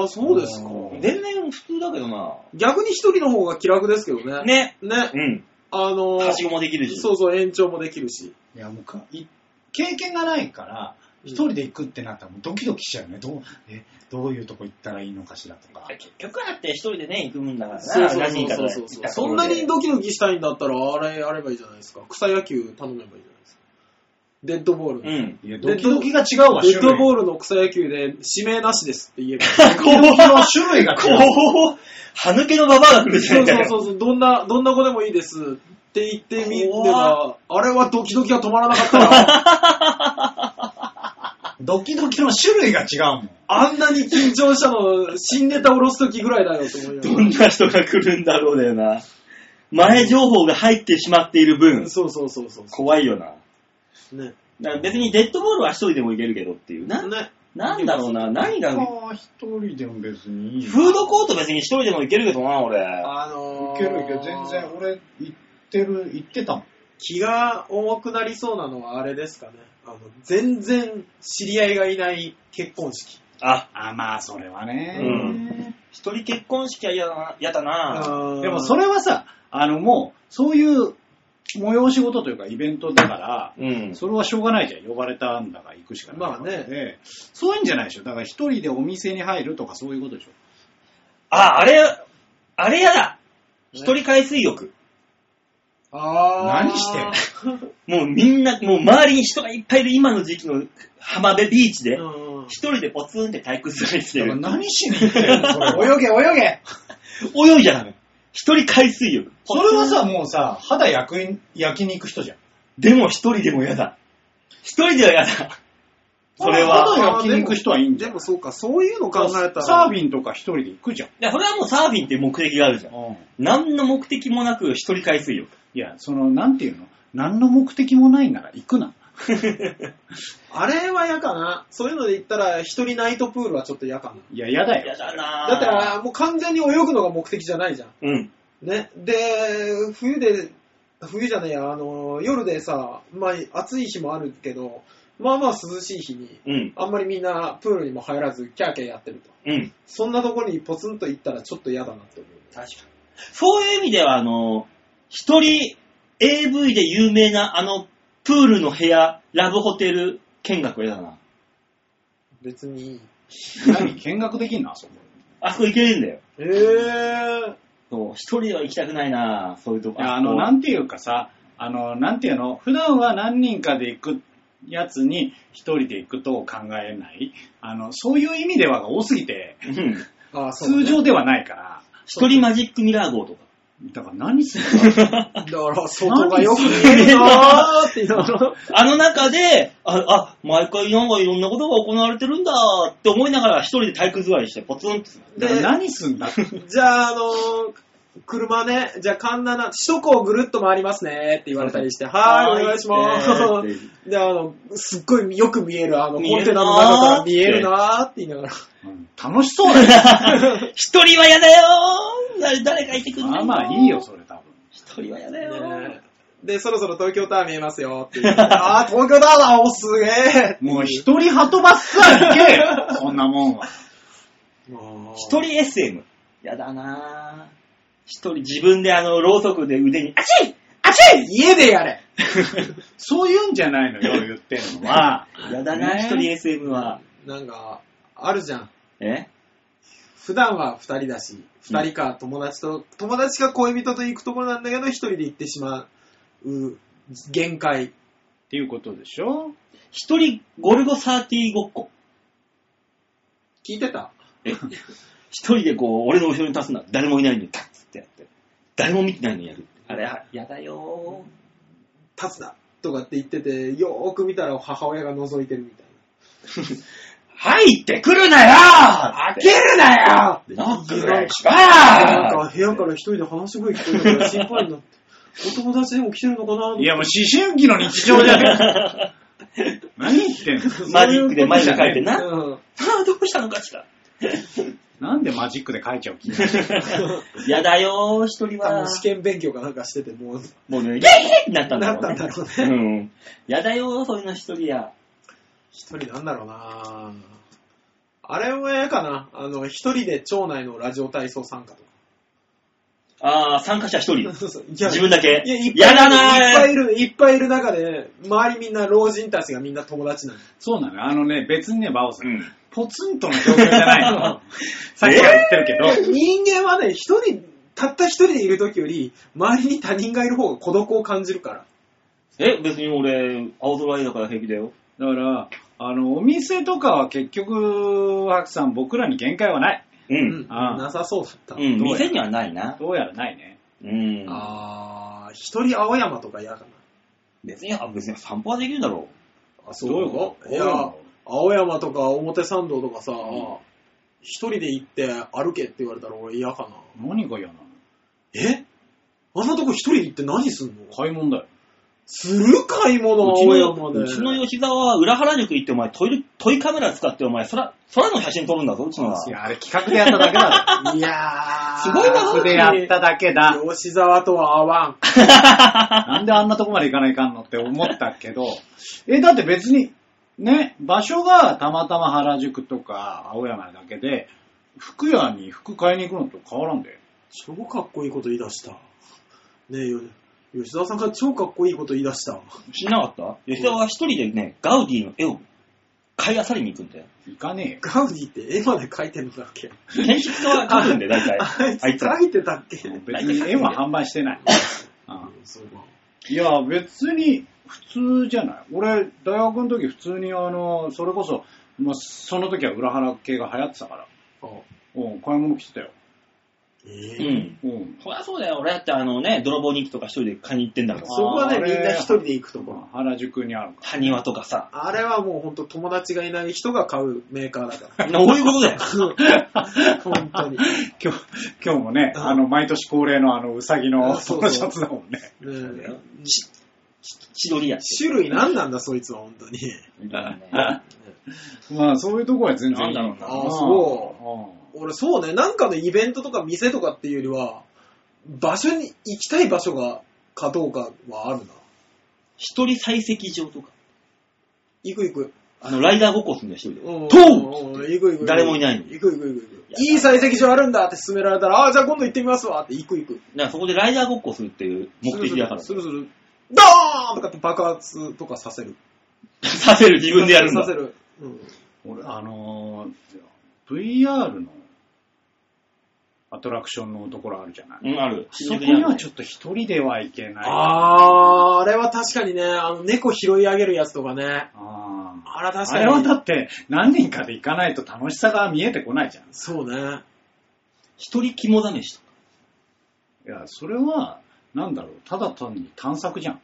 ああ、そうですか。
うん
全然普通だけどな。
逆に一人の方が気楽ですけどね。。
ね。
ね。
うん。
あのー
はしごもできるし。
そうそう、延長もできるし。
いや、もうか、い経験がないから、
うん
一人で行くってなったらもうドキドキしちゃうよね。どう、え、どういうとこ行ったらいいのかしらとか。
結局だって一人でね、行くもんだからな。
そうそう
何
そ
人
う
かと
そ
行
う
った
そ
と
う
こ
そ
ろで
う。そんなにドキドキしたいんだったら、あれやればいいじゃないですか。草野球頼めばいいじゃないですか。デッドボール。
う
デ
ん。
いや、
で
ドキドキが違うわ、
ッドボ
ー
ールの草野球で指名なしですって 言えば。
ドキドキの種類が違う。
こう、歯抜けのババアが来るじゃ
そ
ないうか
そう
よ
そうそう、どんな、どんな子でもいいですって言ってみれば、あれはドキドキが止まらなかった ら、
ドキドキの種類が違うもん。
あんなに緊張したの、新ネタ下ろすときぐらいだよと思いな
ど
が
んな人が来るんだろうだよな。前情報が入ってしまっている分
ら。、そうそうそうそうそ
怖いよな。
う。ね。
だから別にデッドボールは一人でもいけるけどっていう。な、
ね。
なんだろうな、何が、フ
ああ、一人でも別にいいな。
ードコート別に一人でもいけるけどな、俺。
あのー、
いけるいける、全然俺行ってる、行ってたもん。
気が重くなりそうなのはあれですかね。あの、全然知り合いがいない結婚式。
あ、
あ、まあ、それはね
うん一人結婚式は嫌だな、嫌だな。
あー
でもそれはさ、あのもう、そういう催し事というかイベントだから、
うん。
それはしょうがないじゃん。呼ばれたんだから行くしかない。
まあね
で。そういうんじゃないでしょ。だから一人でお店に入るとかそういうことでしょ。
あ、あれ、あれやだ。
ね
一人海水浴。
あー
何してんの
もうみんな、もう周りに人がいっぱいいる今の時期の浜辺ビーチで、
うん
一人でポツンって体育座りして
だから
る。
何しに行って んのそれは
泳げ、泳げ
泳いじゃダメ。一人海水浴。
それはさ、もうさ、肌焼く焼きに行く人じゃん。
でも一人でもやだ。一人ではやだ。それは
肌焼きに行く人はいいんじ
で
ゃん。
もそうか、そういうの考えたら。
サービンとか一人で行くじゃん。
いや、それはもうサーフィンっていう目的があるじゃん。
うん
何の目的もなく一人海水浴。
いや、その、なんていうの何の目的もないなら行くな。
あれは嫌かな。そういうので言ったら、一人ナイトプールはちょっと嫌か
いや、やだよ
や。だな
な。
ぁ
だってあー、もう完全に泳ぐのが目的じゃないじゃん。
うん。
ね。で、冬で、冬じゃねえや、あの、夜でさ、まあ、暑い日もあるけど、まあまあ涼しい日に、
うん。
あんまりみんなプールにも入らず、キャーキャーやってると。
うん。
そんなとこにポツンと行ったらちょっと嫌だなって思う。
確かに。そういう意味では、あの、一人 AV で有名なあの、プールの部屋、ラブホテル見学やだな。
別にいい。
何見学できんのあそこ。
あそこ行けねえんだよ。
えー、
そう、一人では行きたくないなそういうとこ。
いや、あ
そ
の、
こ
なんていうかさ、あの、なんていうの普段は何人かで行くやつに一人で行くと考えない。あの、そういう意味ではが多すぎて、
うん
あーそうね、
通常ではないから。
一人マジックミラー号とか。
だから何するの
だから、そこがよく見えるなーって言いながら。
あの中で、あ、あ、毎回なんかいろんなことが行われてるんだって思いながら一人で体育座りしてポツンって。
だから
で
何 すんだって
じゃあ、あのー車ね、じゃあ、環七、首都高をぐるっと回りますねって言われたりして、はーい、お願いしま
って
す。で、あの、すっごいよく見える、あの、コン
見え
テ
る
ナ
な
の中から見えるなーって言いながら。
うん楽しそうだよ。
一人は嫌だよー誰誰かいてくんな
まあ
い
まあいいよ、。それ多分。
一人は嫌だよー
ねで、そろそろ東京タワー見えますよって言って、あー、東京タワーだおすげえ
もう一人はとばっさら行けよ そんなもんは。
一人 SM。やだなぁ。一人自分であの、ろうそくで腕に、あちいあち
家でやれ
そういうんじゃないのよ、言ってんのは。
いやだな
ね
一人 SM は。
なんか、あるじゃん。
え
普段は二人だし、二人か友達と、友達か恋人と行くところなんだけど、一人で行ってしまう限界。
っていうことでしょ
一人ゴルゴ30ごっこ。
聞いてた
え一人でこう、俺の後ろに立つんだ。誰もいないのに、ガッつってやって。誰も見てないのにやる。あれ、あやだよ
立つなとかって言ってて、よーく見たら母親が覗いてるみたい
ー。入ってくるなよ
な。開けるなよ
ーノックぐらいし
なん
ば
か部屋から一人で話し声聞こえたから心配になって、お友達でも来てるのかなと
いやもう思春期の日常じゃ ねえ何言ってんの
マジックでマジック書いてな。
うん
ああ、どうしたのかしら。
なんでマジックで書いちゃう気 になる
やだよー、一人
多
は
分。試験勉強かなんかしてて、もう、
もうね、イェイってなったんだ
な
ろ
っ
う
たん
ね
だろうね。
うん。やだよー、そういうの一人や。
一人なんだろうなあれも嫌かな。あの、一人で町内のラジオ体操参加とか。
あー、参加者一人。
そうそういや
自分だけ。
いや、いっぱい
やだないー
る。いっぱいいる、いっぱいいる中で、周りみんな老人たちがみんな友達なの。
そうなのよあのね、別にね、バオさん、
うん
ポツンとの状況じゃないの。さっきから言ってるけど、
人間はね、一人、たった一人でいる時より、周りに他人がいる方が孤独を感じるから。
え、別に俺、青空だから平気だよ。
だから、あの、お店とかは結局、ハクさん、僕らに限界はない。
う。
うん
ああ
なさそうだった。
うん、
どうや
店にはないな。
どうやらないね。
うん。
あー、一人青山とか嫌かな。
別に、あ別に散歩はできるだろ
あ、
どういうこ
いや、青山とか表参道とかさ、
ん。
一人で行って歩けって言われたら俺嫌かな。
と何が嫌なの
えあんなとこ一人で行って何すんの
買い物だよ。
する買いう物
うち
青山で。
のうちの吉沢は裏原宿行ってお前トイレ、トイカメラ使ってお前空、空の写真撮るんだぞ、うちのは。
いや、あれ企画でやっただけだ
いやー、
すごいな
ろ。企画でやっただけだ。
吉沢とは合わん。
なんであんなとこまで行かないかんのって思ったけど、え、だって別に、ね、場所がたまたま原宿とか青山だけで、服屋に服買いに行くのと変わらんで。
超かっこいいこと言い出した。ねえ、よ吉沢さんが超かっこいいこと言い出した。
しなかった吉沢は一人でね、ガウディの絵を買い漁りに行くんだよ。
行かね
ガウディって絵まで描いてるんだっけ
建築家は描くんだよ、大体。
あいつ
あいつら
描いてたっけ
えよ。別に絵は販売してない。うん
そうか。
いや、別に普通じゃない。俺、大学の時普通にあの、それこそ、まあ、その時は裏腹系が流行ってたから、
あ
うん、買い物来てたよ。
え
う
ー
ん。
うん。
そりゃそうだよ、俺だってあのね、泥棒人気とか一人で買いに行ってんだから。
そこはね、
あれ
みんな一人で行くと
まあ
こ。
原宿にあるか
埴輪とかさ。
あれはもうほんと友達がいない人が買うメーカーだか
どういうことだよ。
ら。本当に。ね
ら。今日、今日もね、
うん
あの、毎年恒例のあの、うさぎの
あ
そ
そうそう
のシャツだもんね。
え
し千鳥屋。
種類何なんだ、そいつは本当に。
まあ、そういうとこは全然いい。
なんだろ
うなあそ
うん。
俺そうね、なんかのイベントとか店とかっていうよりは、場所に行きたい場所が、かどうかはあるな。
一人採石場とか。
行く行く。
あの、ライダーごっこするんだよ、一人で。
うん
トーン
うん行く行く。
誰もいないの
行く行く行く行く。
や
いい採石場あるんだって勧められたら、ああ、じゃあ今度行ってみますわって行く行く。
だからそこでライダーごっこするっていう目的だから。
するするするする。ドーンとかって爆発とかさせる。
させる、自分でやるんだ
させ。る。うん
俺、あのー VR のアトラクションのところあるじゃない。
うん、ある。
そこにはちょ
ょっ
っと一人では行けない。
あー、あれは確かにね、あの、猫拾い上げるやつとかね。
あー
あれは確か
あ
に。
れはだって何人かで行かないと楽しさが見えてこないじゃん。
そうね。
一人肝試しとか。
いや、それは、なんだろう、ただ単に探索じゃん。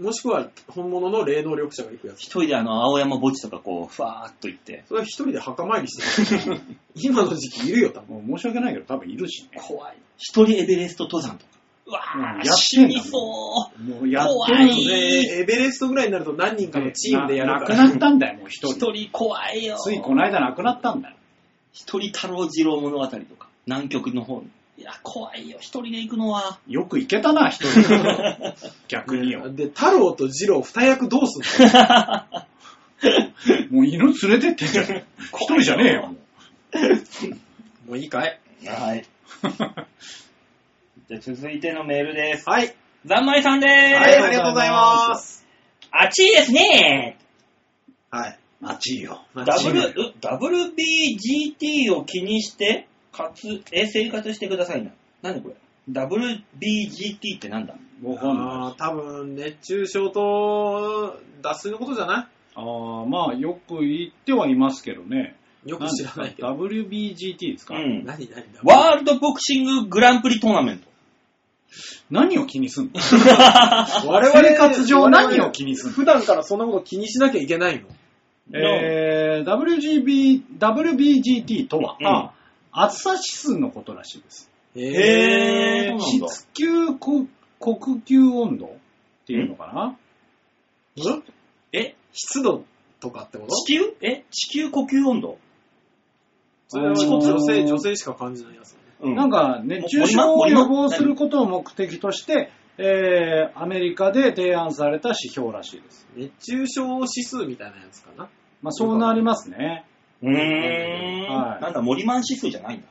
もしくは、本物の霊能力者が行くや
一
つ。
人であの、青山墓地とかこう、ふわーっと行って。
それは一人で墓参りしてる。今の時期いるよ、多分。
もう申し訳ないけど、多分いるしね。
怖い。一人エベレスト登山とか。うわ
うんやっ
ー、
て
死
んだもん
にそう。
もうやっと
怖い
でエベレストぐらいになると何人かのチームでやる
な
か
く
ら。
なったんだよ、もう一
一
人。
人怖いよ。
ついこの間なくなったんだよ。
一人太郎次郎物語とか。南極の方に。いや、怖いよ。一人で行くのは。
よく行けたな、一人。 逆によ。
で、太郎と二郎二役どうすんの
もう犬連れてってんじゃん。一人じゃね えよ、もう。
もういいかい
はい。じゃあ続いてのメールです。
はい。
ざんまいさんでーす。
はい、ありがとうございます。
暑いですね
はい。
熱いよ。
まあチーム
W WBGT を気にして、かつ、え、生活してくださいな。なんでこれ ?WBGT ってなんだ
わかんない。
あー多分、熱中症と脱水のことじゃな
あーまあ、よく言ってはいますけどね。
いよく知らないけど。
んですか WBGT です
う
か、
ん。
何何だ
ワールドボクシンググランプリトーナメント。
何を気にすん の
我
生活上何を気にするの
普段からそんなこと気にしなきゃいけないの
えー、WGB、WBGT とは、
うん
あ暑さ指数のことらしいです。
へーそうなんだ
湿球呼呼吸温度っていうのかな
ん
え
湿度とかってこと
地球え地球呼吸温度
それは女性、女性しか感じないやつ。
う
なん
か、
か熱中症を予防することを目的として、えー、アメリカで提案された指標らしいです。
熱中症指数みたいなやつかな。
まあそうなりますね。
うーん。
はい
なんだ、森マン指数じゃないんだ。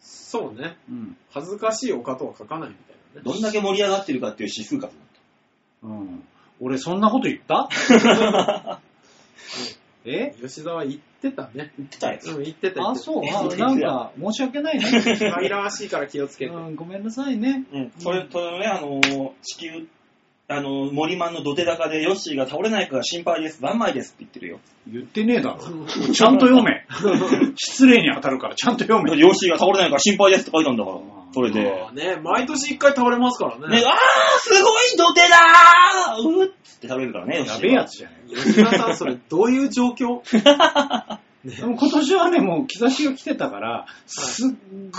そうね。
うん。
恥ずかしいおかとは書かないみたいなね。
どんだけ盛り上がってるかっていう指数かと思った。
うん。俺そんなこと言った え
吉沢言ってたね。
言ってたやつ。
うん、言ってた言
あ、
ってた。
そう。あなんか申し訳ないね。
紛らわしいから気をつけて。
うん、ごめんなさいね。
うん、それとね、あのー地球、あのー森マンの土手高でヨッシーが倒れないかが心配です、ざんまいですって言ってるよ。
言ってねえだろ。ちゃんと読 め。失礼に当たるからちゃんと読め。
ヨッシーが倒れないから心配ですって書いたんだから、それで。ね、
まあね、毎年一回倒れますから
あ
ね。
ー、すごい土手だーうっつって倒れるからね、ヨッシー
や
は。
べえやつじゃない。
吉田さん、それどういう状 況ね
でも今年はね、もう兆しが来てたから、すっ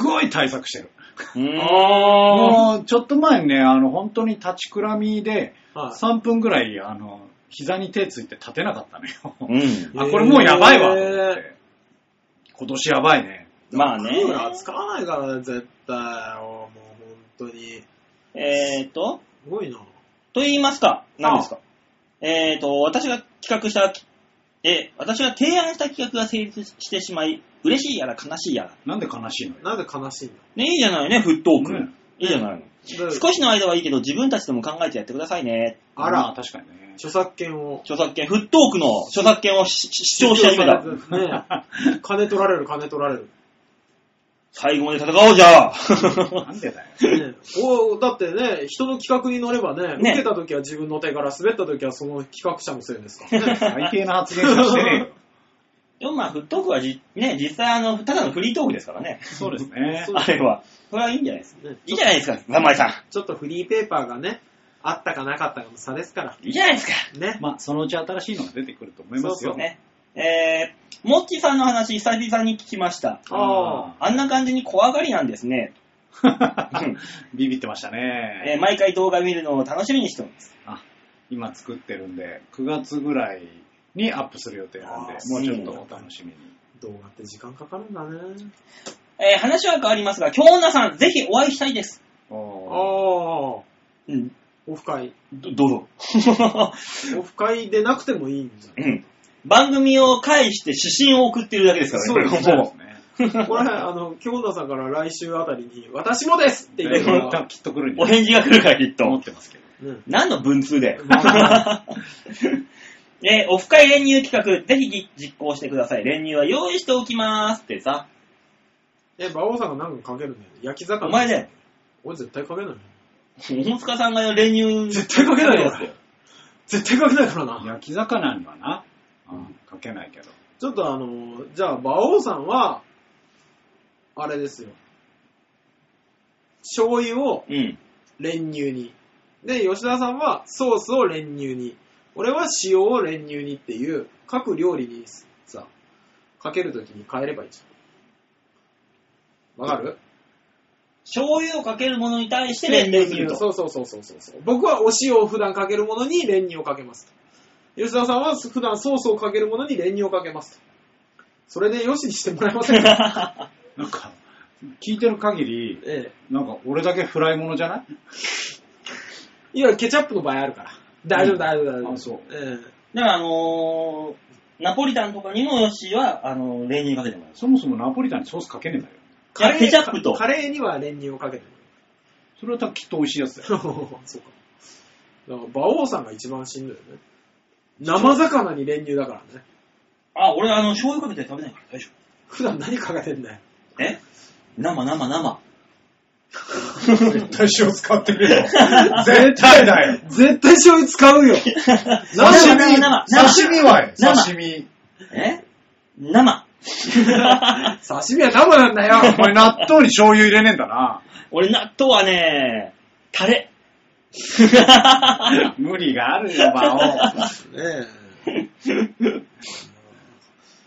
ごい対策してる。
うーん。あ
もう、ちょっと前にね、あの、本当に立ちくらみで、
はい
3分ぐらい、あの、膝に手ついて立てなかったの
う
よ。
ん。
あ、これもうやばいわ、と
へー
思って。今年やばいね。
まあ
ク
ね
ー。ラー使わないからね、絶対。もう本当に。す
えーっと、
ごいな。
と言いますか、何ですか。えーっと、私が企画した、え、私が提案した企画が成立してしまい、嬉しいやら悲しいやら。
なんで悲しいのよ。
なんで悲しいんだ
ね、いいじゃないね、フットーク。
ね
いいじゃないの。
だ
少しの間はいいけど、自分たちでも考えてやってくださいね。
あら、確かにね。
著作権を。
著作権、フットークの著作権をしし主張し始めた。
ね金取られる、金取られる。
最後まで戦おうじゃあ
なんでだよ。
ね、おだってね、人の企画に乗ればね、
ね
受けた時は自分の手柄、滑った時はその企画者のせいです からね。
最低な発言しかしてねえよ。
でもまあ、フットークはじ、ね、実際あの、ただのフリートークですからね。
そうですね
そ。う
あれは。これはいいんじゃないですか。
ね
いいじゃないですか、ざんまいさん。
ちょっとフリーペーパーがね、あったかなかったかの差ですから。
いいじゃないですか。
ね。
まあ、そのうち新しいのが出てくると思いますよ。
ね。えー、モッチーさんの話、久々に聞きました。
あ
あんな感じに怖がりなんですね。うん
ビビってました
えー
ね。
毎回動画見るのを楽しみにしてます。
あ、今作ってるんで、9月ぐらいにアップする予定なんで
あ、ー
もうちょっ
そうなん
と
だ
お楽しみに。
動画って時間かかるんだね。
えー話は変わりますが、京女さん、ぜひお会いしたいです。
ああ、
おー
オ
うん、
フ会。
どどうぞ。
オフ会でなくてもいいんじ
うん番組を介して指針を送ってるだけですからね、
そうですね
これも
そうですね
ゃないこれ、あの、京奈さんから来週あたりに、私もですって言
で
うか
も
ら、
きっと来るん
お
じゃない
返事が来るから、きっ
と思
と
っ。てますけど。
ね、
何の文通で。
ま
えーオフ会練乳企画、ぜひ実行してください。練乳は用意しておきますってさ、
え、馬王さんが何かかけるね。焼き魚。
お前だよ。
俺絶対かけないよ。
大塚さんが練乳。
絶対かけないよ。俺絶対かけないからな。
焼き魚にはな、うんかけないけど。
ちょっとあの、じゃあ馬王さんは、あれですよ。醤油を
うん。
練乳に。で、吉田さんはソースを練乳に。俺は塩を練乳にっていう、各料理にさ、かけるときに変えればいいじゃん。わかる
醤油をかけるものに対して練乳する と。
そうそうそうそうそうそう。僕はお塩を普段かけるものに練乳をかけますと。吉田さんは普段ソースをかけるものに練乳をかけますと。それでよしにしてもらえま せんか
なんか、聞いてる限り、
ええ。
なんか俺だけフライものじゃない
いや、ケチャップの場合あるから。大丈夫、
うん
大丈夫、大丈夫。
あそう
え
だから、あのー、ナポリタンとかにもヨッシーは、あのー、練乳かけてもらう。
そもそもナポリタンにソースかけねえんだよ。
いやケチャップと
カレーには練乳をかけてる。
それは多分きっと美味しいやつだよ。
そうか。だから、馬王さんが一番しんどいよね。生魚に練乳だからね。
あ、俺、あの、醤油かけて食べないから大丈
普段何かけてんだよ。
夫。え生、生、生。
絶対塩使ってるよ。 絶対だよ。
絶対醤油使うよ。
刺身、
生
刺身はよ
生
刺身。
え 生。
刺身は生なんだ よ。
お前納豆に醤油入れねえんだな。
俺、納豆はね、タレ。
無理があるよ、馬 王。
ねえ。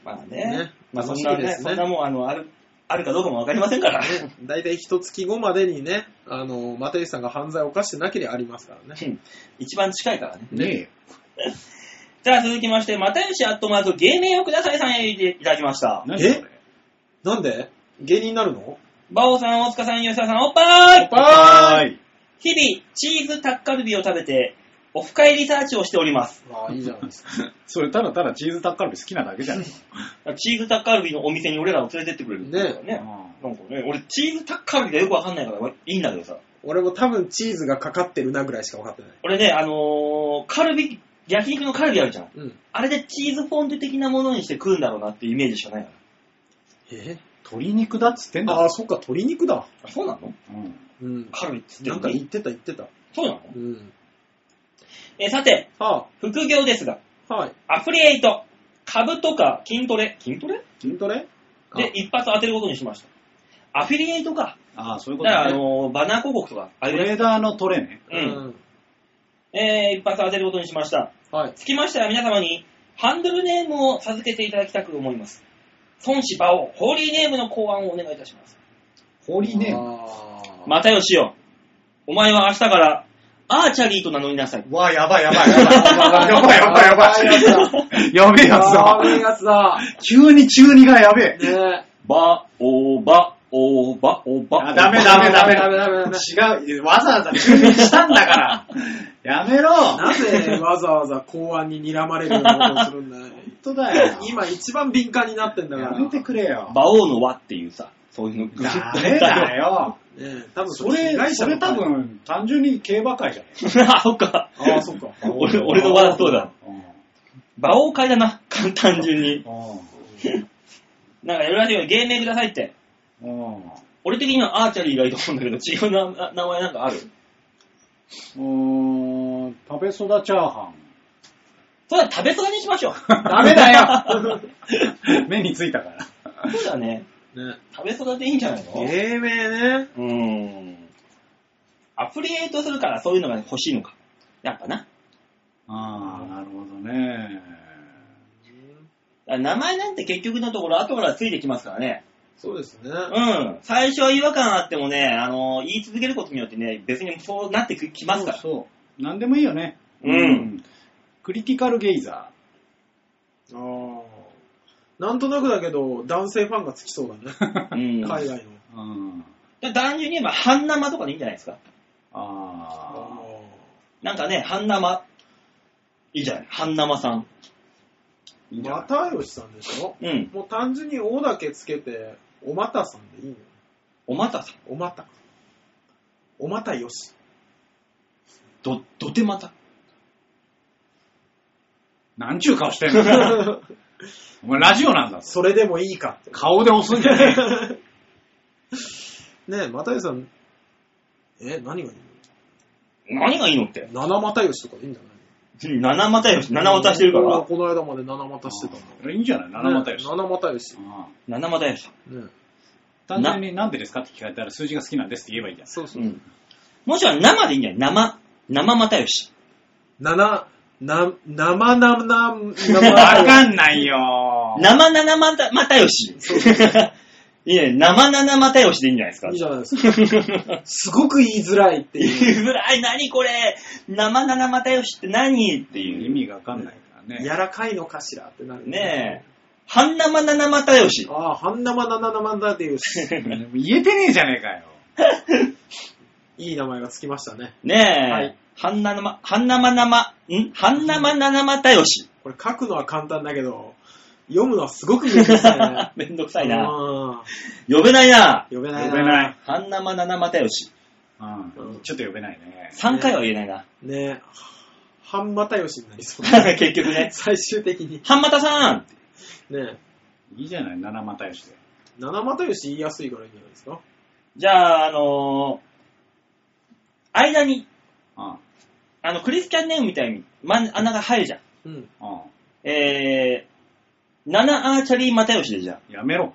まあね。
ね
まあ、そんな
楽しみで
ね、
すね
そんなもん、あの、ある、あるかどうかもわかりませんから。
大体一月後までにね、あの、又吉さんが犯罪を犯してなければありますからね。
一番近いからね。
ねえよ。
じゃあ続きまして、またよしアットマーク、芸名をくださいさんへいただきました。
何それ
なんで芸人になるの
バオさん、大塚さん、吉田さん、おっぱーい
おっぱー
い。
日々、チーズタッカルビを食べて、オフ会リサーチをしております。
ああ、いいじゃないですか。
それただただチーズタッカルビ好きなだけじゃね
チーズタッカルビのお店に俺らを連れてってくれるんだよ
え
ね。
か。
なんかね、俺チーズタッカルビがよくわかんないからいいんだけどさ。
俺も多分チーズがかかってるなぐらいしか分かってない。
俺ね、あのー、カルビ、焼肉のカルビあるじゃん。
うん。
あれでチーズフォンデュ的なものにして食うんだろうなっていうイメージしかないか
え
鶏肉だっつってんだ
あ
ろ
あ、そっか、鶏肉だ。
ら。そうなの
うん
うん。
カルビっつって
なんか言ってた言ってた。
そうなの
うん。
えーさて、
は
副業ですが、
あ、はい。
アフリエイト、株とか筋トレ、筋トレ
筋トレあ
で一発当てることにしました。アフィリエイトか。
ああ、そういう
だ
こ
から、
と
あ
ね。
のー、バナー広告とか、ああい
ト
うやつ
レーダーのトレね。
うん。えー、一発当てることにしました。
はい。
つきましては皆様に、ハンドルネームを授けていただきたく思います。孫子馬王、ホーリーネームの考案をお願いいたします。
ホーリーネーム。
あー
またよしよ。お前は明日から、アーチャリーと名乗りなさい。
わあ、やばいやばいやばい。やばいやばいやばい。やべえやつ
あ
だ
ー。いいやつだ。
急に中二がやべえ。
ね
ば、お、ば、お、ば、お、ば
あダメダメダメ
ダメダメダメ
違う、わざわざ中二にしたんだから。やめろ。
え。
本
なぜわざわざ公安に睨まれるようなことをするんだよ。
当だよ。
今一番敏感になってんだか
や
ら。
めてくれよ。
馬王の和っていうさ、そういうの。
ダメだ
ね
よ。
え、多分
それ、それ多。分、単純に競馬会じゃない
あ、そっか。
ああ、そっか。
俺俺の場合はそうだ。
うん
場を変えたな、簡単純に。
う
なんか、いろいろあるよ、芸名くださいって。
ん。
俺的にはアーチャリーがいいと思うんだけど、違うな名前なんかある
うん。うーん、食べそだチャーハ
それは食べそばにしましょう。
ダメだよン。目についたか ら。
そうだね。
ね、
食べそばでいいんじゃないの
芸名ね。
うーん。アプリエイトするからそういうのが欲しいのか。やっぱな。
ああ、なるほどね。
名前なんて結局のところ後からついてきますからね。
そうです
う
ね。
ん。最初は違和感あってもね、あの、言い続けることによってね、別にそうなってきます から。
そうそう。なんでもいいよね。
うん。
クリティカルゲイザ
あーなんとなくだけど、男性ファンがつきそうだね。
うん。
海外の。
ー。うん。
で単純に言えば、半生とかでいいんじゃないですか。
ああ。
なんかね、半生。いいじゃない。半生さん。
いいんじゃない
又吉さんでしょ
うん。
もう単純に「お」だけつけて、おまたさんでいいの
おまたさん。
おまた。おまたよし。
ど、どてまた。
なんちゅう顔して んのお前ラジオなんだぞ。
それでもいいかって。
顔で押すんじゃねえ。
ねえ、又吉さん、え、何がいい
何がいいのって。
の七又吉とかでいいんじゃない
七股よし。七股してるか
俺は
ら。
この間まで七又してたんだ。
いいんじゃない七股よし
ね。七又吉。ね
うん
七股よし。
え
単純になんでですかって聞かれたら数字が好きなんですって言えばいいじゃん。
そうそうう。
ん。もしくは生でいいんじゃない生。生又よし。
七、な、生な、な、
わか
生、
んないよー。
生七又又よし。 いいね。生七又よしでいいんじゃないですか
いい。じゃないですか。すごく言いづらいって
言
いう。
いづらい。何これ。生七又よしって何って
意
いう。
味がわかんないからね。
柔らかいのかしらってなる。
ねえ。半生七又よ し。
ああ、半生七生だっていう、
言えてねえじゃねえかよ。
いい名前がつきましたね。
ねえ。
はい
半生、半生生、ん半生七又よし。
これ書くのは簡単だけど、読むのはすごく難しいね
。めんどくさいな。
うん
呼べないな。
呼べない。
呼べないい。
半生七又よし。
うん。ちょっと呼べないね。
3回は言えないな。
ねえ、半又吉になりそう。
結局ね。
最終的に。
半又さん
ねえ、
いいじゃない、七又吉で。
七又吉言いやすいからいいんじゃないですか。
じゃあ、あのー間に、
うん。
あの、クリスキャンネームみたいに、真ん穴が入るじゃん。
うん。
う
えー、七アーチャリー又吉でじゃ
ん。やめろ。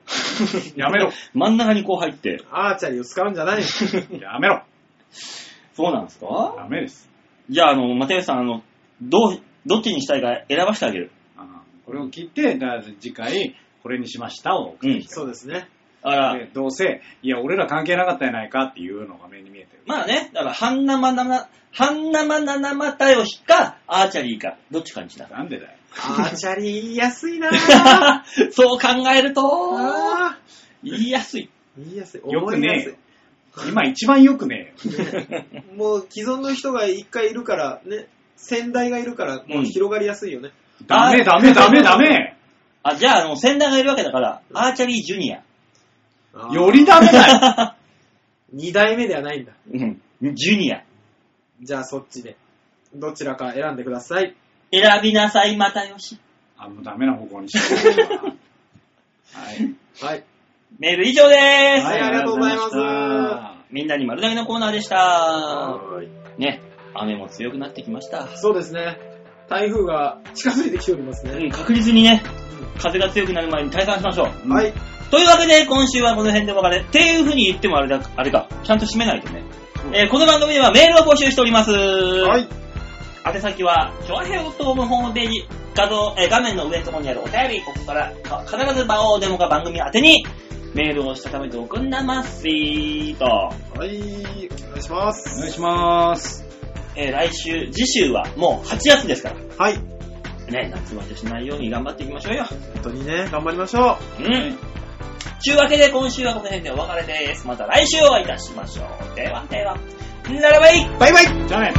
やめろ
あ。。 真ん中にこう入って。
アーチャリーを使うんじゃない。
やめろ。
そうなんですか
ダメです。
じゃあ、あの、又吉さん、あの、どう、どっちにしたいか選ばせてあげる。
うんこれを聞いて、だから次回、これにしましたを送ってきて
そうですね。
あら、
でどうせ、いや、俺ら関係なかったやないかっていうのが目に見えてる。
まあね、だから、半生七、半生七又吉か、アーチャリーか、どっちかにした。
なんでだよ。
アーチャリー言いやすいな
そう考えると、
あ
言いやすい。
ー言いやすい。
よ
思
く
いや
ね
すい
え。よ。今一番よくね えよ。
もう既存の人が一回いるから、ね、先代がいるから、もう広がりやすいよね。
ダメダメダメダメ
あ、じゃあ、あの、先代がいるわけだから、アーチャリージュニア。
あー
よりダメ だよ
二代目ではないんだ。
うん。ジュニア。
じゃあそっちで、どちらか選んでください。
選びなさい、またよし。
あ、もうダメな方向にしてるなはい。
はい。
メール以上でーす。
はいありがとうございます
あ
みんなに丸投げのコーナーでした。ね、雨も強くなってきました。
そうですね。台風が近づいてきております
う
ね。
ん、確実にね、風が強くなる前に退散しましょう。
うん
はい。
というわけで、今週はこの辺でお別れ。っていう風に言ってもあれだ、あれか、ちゃんと締めないとね。えーこの番組ではメールを募集しております。は
はい。
宛先は、ちょわへよとムホームページ、画像、えー画面の上のところにあるお便り、ここから、か必ず場をデモか番組宛てに、メールをしたためておくんなまっしーと。
はい。お願いしま
ーお願い
す。
します。
えー来週、次週はもう8月ですから。
はい。
ね、夏バテしないように頑張っていきましょうよ。
本当にね、頑張りましょ。
うん。ちゅうわけで今週はこの辺でお別れです。また来週お会いいたしましょう。ではでは、ならばいいう
バイバイ
じゃあね。